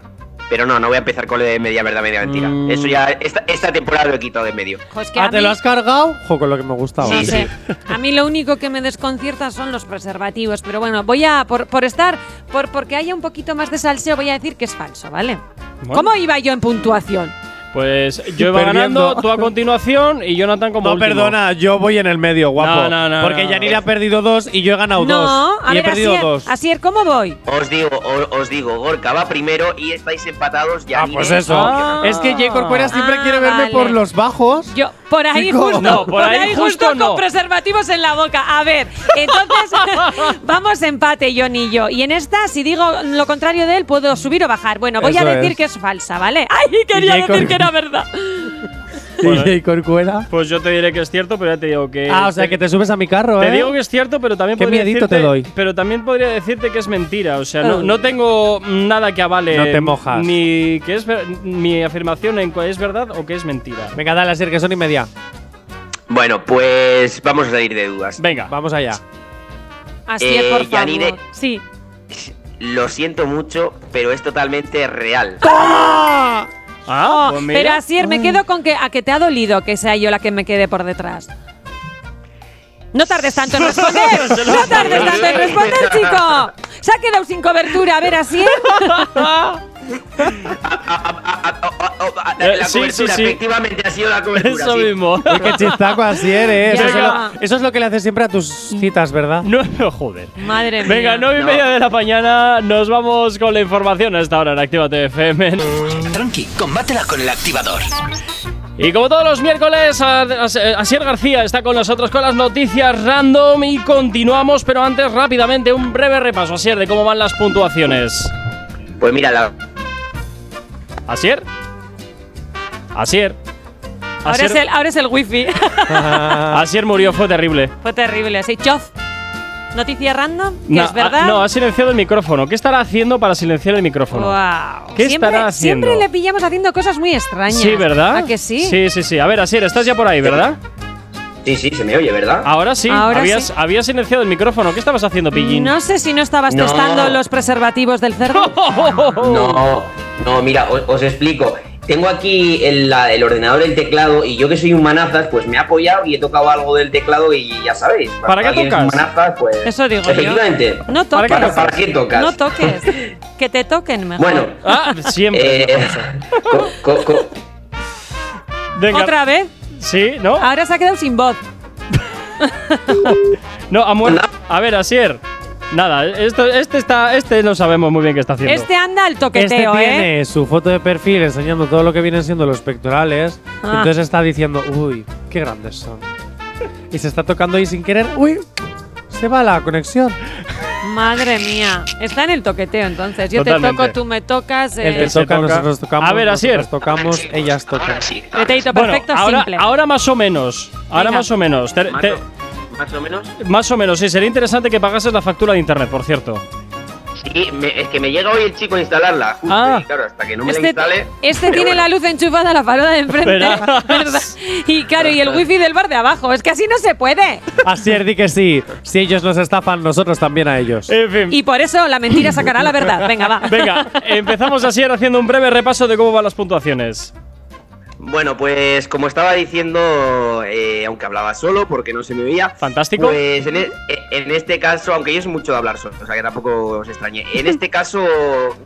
S11: Pero no, no voy a empezar con lo de media verdad, media mentira.
S3: Mm.
S11: Eso ya, esta, esta temporada lo he quitado de medio.
S2: Jo, es Pues que
S3: Ah,
S2: a
S3: ¿te
S2: mí-
S3: lo has cargado? Jo, con lo que me gustaba.
S2: No sé. A mí lo único que me desconcierta son los preservativos, pero bueno, voy a por, por estar por porque haya un poquito más de salseo voy a decir que es falso, ¿vale?
S1: Bueno.
S2: ¿Cómo iba yo en puntuación?
S1: Pues yo iba
S3: Perdiendo.
S1: ganando, tú a continuación y Jonathan como
S3: No,
S1: último.
S3: perdona, yo voy en el medio, guapo.
S1: No, no, no,
S3: porque
S1: no.
S3: Yanira ha perdido dos y yo he ganado
S2: no,
S3: dos.
S2: a
S3: y
S2: ver,
S3: he perdido
S2: Asier,
S3: dos.
S2: Asier, ¿cómo voy?
S11: Os digo, o- os digo, Gorka va primero y estáis empatajados ya.
S3: Ah, pues eso. Es que J. Corcuera siempre
S2: Ah,
S3: quiere verme
S2: vale.
S3: por los bajos.
S2: Yo, por ahí
S3: Chico.
S2: justo,
S3: No, por ahí
S2: justo,
S3: justo
S2: con
S3: no.
S2: preservativos en la boca. A ver, entonces vamos empate, Johnny y yo. Y en esta, si digo lo contrario de él, puedo subir o bajar. Bueno, voy
S3: Eso
S2: a decir
S3: es.
S2: que es falsa, ¿vale? ¡Ay! Quería
S3: Y Jacob-
S2: decir que era verdad.
S3: Y J. Corcuera.
S1: Pues yo te diré que es cierto, pero ya te digo que.
S3: Ah, o sea que te subes a mi carro,
S1: Pues, Te
S3: ¿eh?
S1: digo que es cierto, pero también
S3: Qué
S1: podría
S3: miedito te
S1: decirte-
S3: doy.
S1: Pero también podría decirte que es mentira. O sea,
S3: Oh.
S1: no, no tengo nada que avale.
S3: No te mojas.
S1: Ni que es ver- mi afirmación en cuál es verdad o que es mentira.
S3: Venga, dale, Asier, que son y media.
S11: Bueno, pues vamos a salir de dudas.
S1: Venga.
S3: Vamos allá.
S2: Asier,
S11: Eh,
S2: por favor.
S11: Yanire-
S2: Sí.
S11: Lo siento mucho, pero es totalmente real.
S1: Ah,
S11: pues
S2: Oh, pero Asier, me quedo con que a que te ha dolido que sea yo la que me quede por detrás. No tardes tanto en responder. no tardes tanto en responder, chico. Se ha quedado sin cobertura. A ver, Asier.
S11: Ah,
S1: Eh,
S11: oh, la
S1: sí,
S11: cobertura,
S1: sí, sí.
S11: efectivamente ha sido la cobertura.
S1: Eso
S11: sí.
S1: mismo.
S3: Uy, qué chistaco Asier, ¿eh? Eso,
S2: Ya.
S3: es lo, eso es lo que le haces siempre a tus citas, ¿verdad?
S1: No, no, joder.
S2: Madre mía.
S1: Venga, 9 y media de la mañana, nos vamos con la información hasta ahora en Actívate FM.
S4: Tranqui, combátela con el activador.
S1: Y como todos los miércoles, a- a- Asier García está con nosotros con las noticias random y continuamos, pero antes rápidamente un breve repaso, Asier, de cómo van las puntuaciones.
S11: Pues mira, la,
S1: Asier. Asier.
S2: Ahora es, el, ahora es el wifi.
S1: Ah. Asier murió, fue terrible.
S2: Fue terrible. Sí, chof. Noticia random, que
S1: No,
S2: es verdad.
S1: ha- ah, no, ha silenciado el micrófono. ¿Qué estará haciendo para silenciar el micrófono?
S2: Guau.
S1: ¿Qué
S2: siempre,
S1: estará haciendo?
S2: Siempre le pillamos haciendo cosas muy extrañas.
S1: Sí, ¿verdad?
S2: ¿A que sí?
S1: Sí, sí, sí. A ver, Asier, estás ya por ahí, ¿verdad?
S11: Sí, sí, se me oye, ¿verdad?
S1: Ahora sí.
S2: Ahora
S1: habías,
S2: sí.
S1: habías silenciado el micrófono. ¿Qué estabas haciendo, Pillín?
S2: No sé si no estabas
S11: No.
S2: testando los preservativos del cerdo.
S11: No, no, mira, o- os, explico. Tengo aquí el, la- el ordenador, el teclado, y yo que soy un manazas, pues me he apoyado y he tocado algo del teclado y ya sabéis. cuando
S1: ¿Para qué
S11: alguien es un
S1: tocas?
S11: manazas, pues,
S2: Eso digo yo.
S11: Efectivamente.
S1: ¿Para
S2: No toques.
S1: qué
S11: ¿Para, para qué tocas?
S2: No toques. que te toquen mejor.
S11: Bueno,
S1: Ah, siempre.
S11: eh, co- co- co-
S1: Venga.
S2: Otra Ah. vez.
S1: Sí, ¿no?
S2: Ahora se ha quedado sin voz.
S1: No, ha muerto. A ver, Asier. Nada, esto, este está, este no sabemos muy bien qué está haciendo.
S2: Este anda al
S3: Este
S2: toqueteo, ¿eh?
S3: tiene su foto de perfil enseñando todo lo que vienen siendo los pectorales.
S2: Ah.
S3: Entonces está diciendo, uy, qué grandes son. Y se está tocando ahí sin querer, uy, se va la conexión.
S2: Madre mía. Está en el toqueteo, entonces. Yo te
S1: Totalmente. Este
S2: toco, tú me tocas.
S3: Él
S2: Eh,
S3: te
S1: se
S3: toca,
S1: toca.
S3: nosotros tocamos.
S1: A ver, Asier.
S3: nosotras tocamos, ellas tocan.
S11: ahora sí.
S2: reteíto
S1: bueno,
S2: perfecto,
S1: ahora,
S2: simple.
S1: ahora más o menos. Ahora
S2: Venga.
S1: más o menos. Te-
S11: Más
S1: te-
S11: o- más o menos.
S1: más o menos, sí. Sería interesante que pagases la factura de internet, por cierto.
S11: Sí, me- es que me llega hoy el chico a instalarla. Justo,
S1: Ah.
S11: y claro, hasta que no me la
S2: Este,
S11: instale.
S2: este tiene la luz enchufada a la farola de enfrente.
S1: Verás.
S2: ¿verdad? Y claro, y el wifi del bar de abajo. Es que así no se puede.
S3: Asier, di que sí. Si ellos nos estafan, nosotros también a ellos.
S1: En fin.
S2: Y por eso la mentira sacará la verdad. Venga, va.
S1: Venga, empezamos Asier haciendo un breve repaso de cómo van las puntuaciones.
S11: Bueno, pues como estaba diciendo, eh, aunque hablaba solo porque no se me veía.
S1: Fantástico.
S11: Pues en, e- en este caso, aunque yo es mucho de hablar solo, o sea que tampoco os extrañe. En este caso,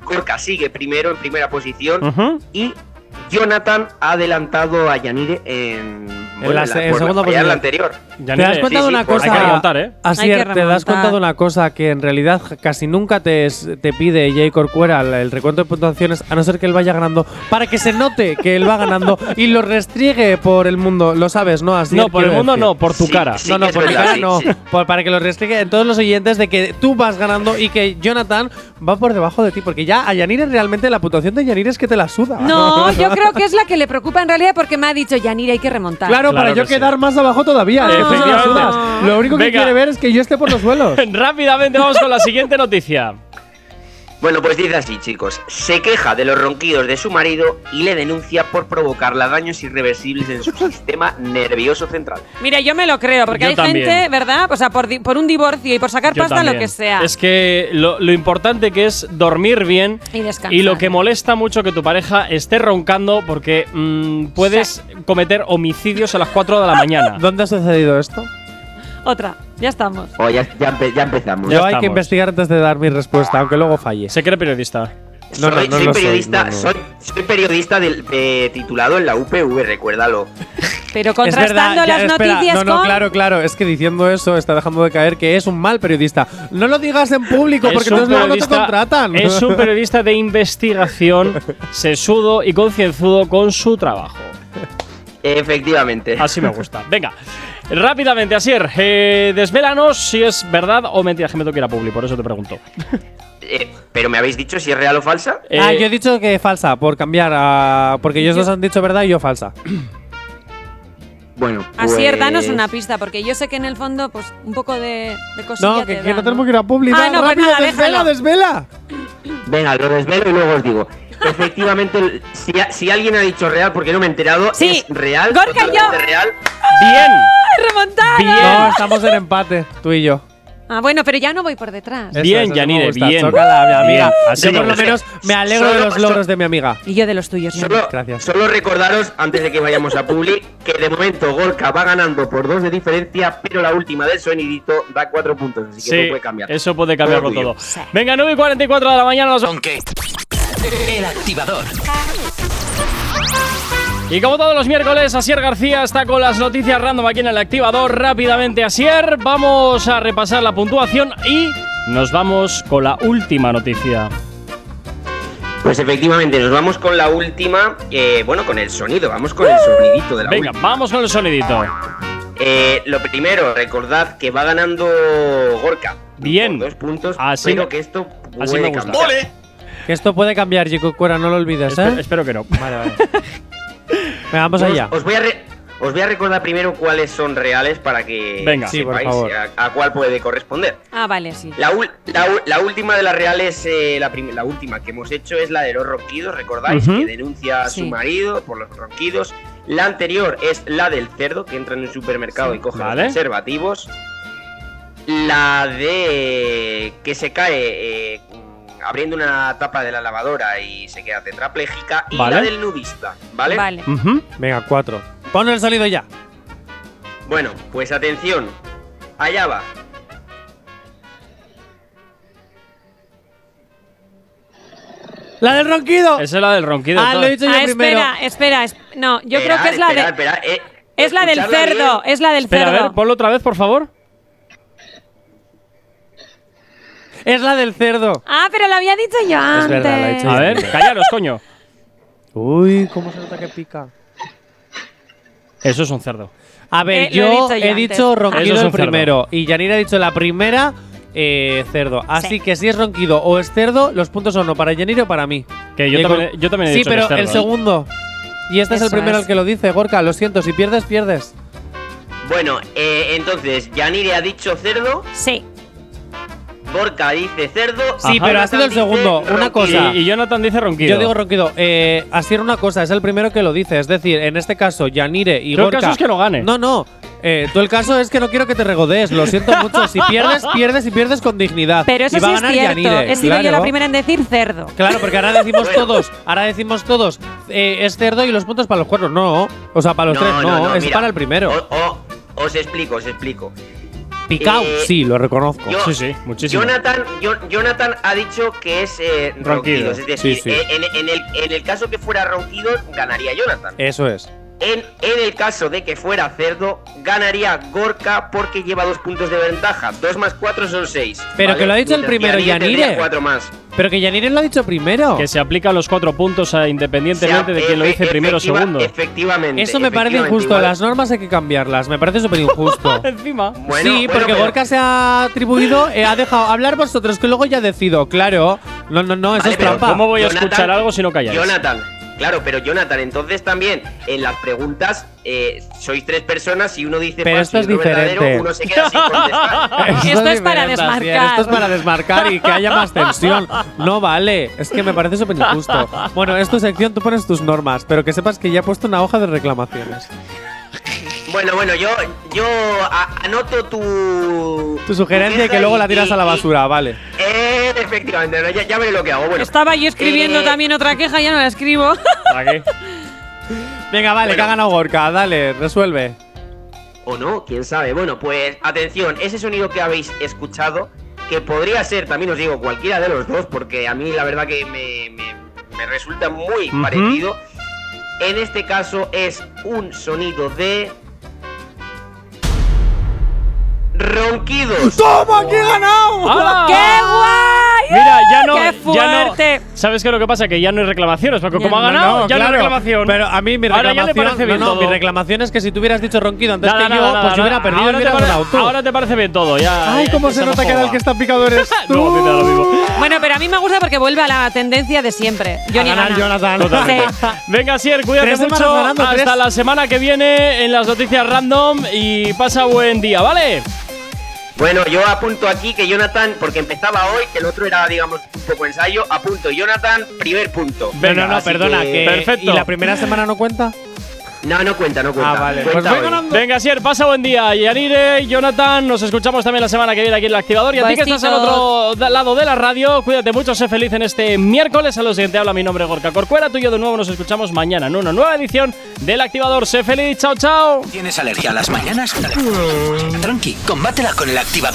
S11: Corca sigue primero en primera posición
S1: Ujú.
S11: y Jonathan ha adelantado a Yanire en, bueno,
S3: la
S11: en
S3: se- en
S11: por-
S3: segunda
S11: por fallar la
S3: posición.
S11: anterier.
S3: ¿Te das cuenta
S11: Sí,
S3: de
S11: sí,
S3: una
S11: por-
S3: cosa?
S1: ¿eh?
S3: Asier,
S11: Hay que
S3: te das
S11: remontar.
S3: cuenta de una cosa que en realidad casi nunca te, es- te pide Jay Corcuera el, el recuento de puntuaciones, a no ser que él vaya ganando, para que se note que él va ganando y lo restriegue por el mundo. Lo sabes, ¿no? Asier,
S1: No, por el
S3: quiero
S1: mundo
S3: decir.
S1: no, por tu Sí, cara. sí
S3: no, no,
S1: que es
S3: por mi
S1: verdad,
S3: cara
S1: sí,
S3: no.
S1: sí.
S3: Por- para que lo restriegue en todos los oyentes de que tú vas ganando y que Jonathan va por debajo de ti, porque ya a Yanire realmente la puntuación de Yanire es que te la suda.
S2: No, yo creo que es la que le preocupa en realidad porque me ha dicho, Yanira, hay que remontar.
S3: Claro, para yo quedar más abajo todavía.
S1: Ah.
S3: entonces me la sudas.
S1: Efectivamente.
S3: Lo único que
S1: Venga.
S3: quiere ver es que yo esté por los suelos.
S1: Rápidamente vamos con la siguiente noticia.
S11: Bueno, pues dice así, chicos. Se queja de los ronquidos de su marido y le denuncia por provocarla daños irreversibles en su sistema nervioso central.
S2: Mira, yo me lo creo, porque
S1: Yo
S2: hay
S1: también.
S2: gente, ¿verdad? O sea, por, di- por un divorcio y por sacar
S1: Yo
S2: pasta, lo
S1: también.
S2: que sea.
S1: Es que lo, lo importante que es dormir bien
S2: Y descansar.
S1: y lo que molesta mucho que tu pareja esté roncando porque mm, puedes cometer homicidios a las 4 de la mañana.
S3: ¿Dónde ha sucedido esto?
S2: Otra, ya estamos.
S11: Oh, ya, ya, empe- ya empezamos.
S3: Yo hay que investigar antes de dar mi respuesta, aunque luego falle.
S1: Se cree periodista.
S3: No, no,
S11: soy,
S3: no
S11: soy
S3: lo soy,
S11: periodista,
S3: no, no.
S11: Soy, soy periodista del, eh, titulado en la UPV, recuérdalo.
S2: Pero
S3: Es verdad,
S2: contrastando
S3: ya,
S2: las
S3: espera,
S2: noticias
S3: No, no,
S2: con.
S3: claro, claro. Es que diciendo eso está dejando de caer que es un mal periodista. No lo digas en público
S1: Es
S3: porque
S1: un
S3: entonces luego no te
S1: periodista-
S3: contratan.
S1: Es un periodista de investigación, sesudo y concienzudo con su trabajo.
S11: Efectivamente.
S1: Así me gusta. Venga, rápidamente, Asier, eh, desvélanos si es verdad o mentira. Que me tengo que ir a Publi, por eso te pregunto.
S11: Eh, pero me habéis dicho si es real o falsa.
S1: Eh,
S3: ah, yo he dicho que falsa, por cambiar a. Porque ellos dos han dicho verdad y yo falsa.
S11: Bueno. pues
S2: Asier, danos una pista, porque yo sé que en el fondo, pues, un poco de, de cosilla
S3: Pues- No, que,
S2: te
S3: que
S2: da,
S3: no tenemos que ir a publicidad.
S2: Ah, no, pues
S3: Rápido,
S2: nada,
S3: desvela,
S2: déjalo.
S3: desvela.
S11: Venga, lo desvelo y luego os digo. Efectivamente, si, a- si alguien ha dicho real porque no me he enterado,
S2: Sí.
S11: es real.
S2: Gorka y yo.
S11: totalmente real.
S1: ¡Bien!
S2: ¡Ay, remontada!
S3: No, estamos en empate, tú y yo.
S2: Ah, bueno, pero ya no voy por detrás.
S3: Eso,
S1: Bien,
S3: eso, eso
S1: Yanire,
S3: me gusta.
S1: bien.
S3: Chócala, mi amiga.
S1: Bien, así
S3: Yo
S1: me
S3: por lo
S1: gusta.
S3: menos me alegro de
S11: Solo-
S3: los logros de mi amiga.
S2: Y yo de los tuyos, mi
S11: Solo,
S2: amor.
S11: solo recordaros, antes de que vayamos a Publi, que de momento Gorka va ganando por dos de diferencia, pero la última del sonidito da cuatro puntos, así que
S1: Sí,
S11: no puede cambiar.
S1: eso puede cambiarlo
S11: tuyo.
S1: todo. Venga, 9 y 44 de la mañana. Nos...
S4: El activador.
S1: Y como todos los miércoles, Asier García está con las noticias random aquí en el activador. Rápidamente, Asier, vamos a repasar la puntuación y nos vamos con la última noticia.
S11: Pues efectivamente, nos vamos con la última, eh, bueno, con el sonido, vamos con el sonidito de la
S1: Venga,
S11: última.
S1: vamos con el sonidito.
S11: Eh, lo primero, recordad que va ganando Gorka.
S1: Bien.
S11: Dos puntos,
S1: Así
S11: pero
S1: me-
S11: que esto puede
S1: así me gusta.
S11: cambiar.
S3: Que esto puede cambiar, Jico Cuera, no lo olvides,
S1: Espe-
S3: ¿eh?
S1: espero que no.
S3: Vale, vale. Venga, vamos
S11: Os-
S3: allá.
S11: Os voy a re- os voy a recordar primero cuáles son reales para que
S3: Venga. Sí, por
S11: sepáis
S3: favor.
S11: a- a cuál puede corresponder.
S2: Ah, vale, sí.
S11: La, ul- la u- la última de las reales, eh, la, prim- la última que hemos hecho es la de los ronquidos, recordáis,
S1: Ujú.
S11: que denuncia a su
S1: Sí.
S11: marido por los ronquidos. La anterior es la del cerdo, que entra en un supermercado y coge
S1: Vale.
S11: los preservativos. La de que se cae eh, abriendo una tapa de la lavadora y se queda tetrapléjica. Y
S3: Vale.
S11: la del nudista, ¿vale?
S3: Ujú. Venga, cuatro. Pon el sonido ya.
S11: Bueno, pues atención, allá va.
S3: ¡La del ronquido!
S1: Esa es la del ronquido.
S3: Ah,
S1: todo.
S3: lo he dicho yo
S2: Ah,
S3: primero.
S2: espera, espera. es- No, yo creo
S11: Esperad,
S2: que es la
S11: esperad,
S2: de.
S11: esperad, eh,
S2: Es la del
S11: escuchadla bien.
S2: cerdo, es la del
S1: Espera, a ver,
S2: cerdo.
S1: ponlo otra vez, por favor.
S3: Es la del cerdo.
S2: Ah, pero lo había dicho yo antes.
S1: A ver, callaros, coño.
S3: Uy, cómo se nota que pica.
S1: Eso es un cerdo.
S3: A ver,
S1: Eh, lo he
S3: yo
S1: dicho yo
S3: he
S1: antes.
S3: dicho ronquido
S1: Eso es
S3: el
S1: un cerdo.
S3: primero y Yanira ha dicho la primera eh, cerdo. Así que si es ronquido o es cerdo, los puntos son o para Yanira o para mí.
S1: Que Eh, yo
S3: Llegó-
S1: también- yo también he
S3: sí,
S1: dicho que
S3: pero
S1: es cerdo,
S3: el
S1: ¿eh?
S3: segundo. Y este es
S11: Eso
S3: el primero
S11: es.
S3: el que lo dice, Gorka. Lo siento, si pierdes, pierdes.
S11: Bueno, eh, entonces, Yanire ha dicho cerdo.
S2: Sí.
S11: Gorka dice cerdo.
S3: Sí, pero ha sido el
S11: Jonathan dice
S3: segundo. Una
S11: ronquido.
S3: cosa.
S1: Y, y Jonathan dice ronquido.
S3: Yo digo ronquido. Eh, así era una cosa, es el primero que lo dice. Es decir, en este caso, Yanire y
S1: Creo que
S3: Gorka.
S1: eso es que no gane.
S3: No, no. Eh, tú el caso es que no quiero que te regodees, lo siento mucho. Si pierdes, pierdes y pierdes con dignidad.
S2: Pero eso
S3: y va
S2: sí
S3: a
S2: es
S3: ganar
S2: cierto.
S3: Yanire,
S2: He sido yo la
S3: claro.
S2: primera en decir cerdo.
S3: Claro, porque ahora decimos todos, ahora decimos todos, eh, es cerdo y los puntos para los cuernos. No, o sea, para los
S11: No,
S3: tres, no,
S11: no, no,
S3: es
S11: mira. eh,
S3: para el primero.
S11: Os explico, os explico.
S3: Picao,
S11: Eh,
S3: Oh, sí, lo reconozco.
S11: yo- Sí,
S1: sí,
S11: Jonathan, Jon- Jonathan ha dicho que es eh,
S3: Ronquido,
S11: ronquidos, es decir,
S3: sí, sí.
S11: eh, En, en el, en el caso que fuera ronquido, ganaría Jonathan.
S3: Eso es.
S11: En, en el caso de que fuera cerdo, ganaría Gorka porque lleva dos puntos de ventaja. Dos más cuatro son seis.
S3: Pero que lo ha dicho el
S11: Mientras
S3: primero,
S11: tendría
S3: Yanire.
S11: cuatro más.
S3: Pero que Yanire lo ha dicho primero.
S1: Que se aplican los cuatro puntos a- independientemente de quién lo dice primero o
S11: Efectiva-
S1: segundo.
S11: Efectivamente.
S3: Eso me parece
S11: efectivamente,
S3: injusto,
S11: igual.
S3: las normas hay que cambiarlas, me parece súper injusto.
S1: Encima.
S3: sí, porque
S11: pero-
S3: Gorka se ha atribuido, eh, ha dejado hablar vosotros, que luego ya decido, claro. No, no, no, eso
S11: Vale,
S3: es
S11: pero
S3: trampa.
S11: ¿cómo voy a Jonathan, escuchar
S1: algo si no calláis?
S11: Jonathan, claro, pero Jonathan, entonces también en las preguntas eh, sois tres personas y uno dice
S3: Pero
S11: falso
S3: esto
S11: y
S3: es
S11: otro verdadero,
S3: diferente.
S11: uno se queda sin contestar.
S2: Esto es para
S3: diferente, Asier,
S2: desmarcar.
S3: Esto es para desmarcar y que haya más tensión. No vale. Es que me parece súper injusto. Bueno, es tu sección, tú pones tus normas, pero que sepas que ya he puesto una hoja de reclamaciones.
S11: Bueno, bueno, yo, yo a- anoto tu.
S3: Tu sugerencia y que luego la tiras a la basura, vale.
S11: Eh, efectivamente, no, ya, ya veré lo que hago. Bueno,
S2: Estaba yo escribiendo
S11: Eh,
S2: también otra queja, ya no la escribo.
S3: Venga, vale, que ha ganado Gorka, dale, resuelve.
S11: O no, quién sabe. Bueno, pues atención, ese sonido que habéis escuchado, que podría ser, también os digo, cualquiera de los dos, porque a mí la verdad que me, me- me resulta muy
S12: Ujú.
S11: parecido. En este caso es un sonido de. Ronquidos.
S13: ¡Toma, que he ganado!
S1: ¡Hala!
S2: ¡Qué guay!
S1: Ah. Mira, ya no.
S2: ¡Qué
S1: ya no-
S2: fuerte!
S1: ¿Sabes qué es lo que pasa? Que ya no hay reclamaciones. Porque como ha
S3: No,
S1: ganado,
S3: no,
S1: ya
S3: claro,
S1: no hay reclamación.
S3: Pero a mí mi
S1: Ahora ya le
S3: reclamación,
S1: parece bien
S3: no, no,
S1: todo.
S3: mi reclamación es que si tú hubieras dicho ronquido antes
S1: Nada,
S3: que
S1: nada,
S3: yo,
S1: nada,
S3: pues
S1: nada.
S3: yo hubiera perdido y
S1: ahora, te
S3: hubieras
S1: pare-
S3: ganado tú.
S1: ahora te parece bien todo. Ya,
S3: Ay,
S1: ya
S3: cómo se
S1: estamos
S3: nota que era el
S1: jugando.
S3: que está picado eres tú.
S1: No, me da lo mismo.
S2: Bueno, pero a mí me gusta porque vuelve a la tendencia de siempre.
S3: A
S2: Johnny
S3: ganar,
S2: gana.
S3: Jonathan.
S1: Totalmente. Venga, Sier, cuídate
S3: Tres semanas
S1: mucho.
S3: ganando,
S1: Hasta
S3: tres.
S1: la semana que viene en las noticias random y pasa buen día, ¿vale?
S11: Bueno, yo apunto aquí que Jonathan, porque empezaba hoy, que el otro era, digamos, un poco ensayo, apunto Jonathan, primer punto.
S3: No, no, no,
S11: Así
S3: perdona, que,
S1: Eh, Perfecto.
S3: ¿Y la primera semana no cuenta?
S11: No, no cuenta, no cuenta.
S3: Ah, vale.
S11: Cuenta
S3: Pues voy
S11: hoy.
S3: ganando.
S1: Venga, Sier, pasa buen día. Yanire, Jonathan, nos escuchamos también la semana que viene aquí en el activador. Y a ti que estás al otro da- lado de la radio, cuídate mucho, sé feliz en este miércoles. A lo siguiente habla mi nombre Gorka Corcuera. Tú y yo de nuevo nos escuchamos mañana en una nueva edición del activador. Sé feliz, chao, chao.
S4: ¿Tienes alergia a las mañanas? Tranqui, combátela con el activador.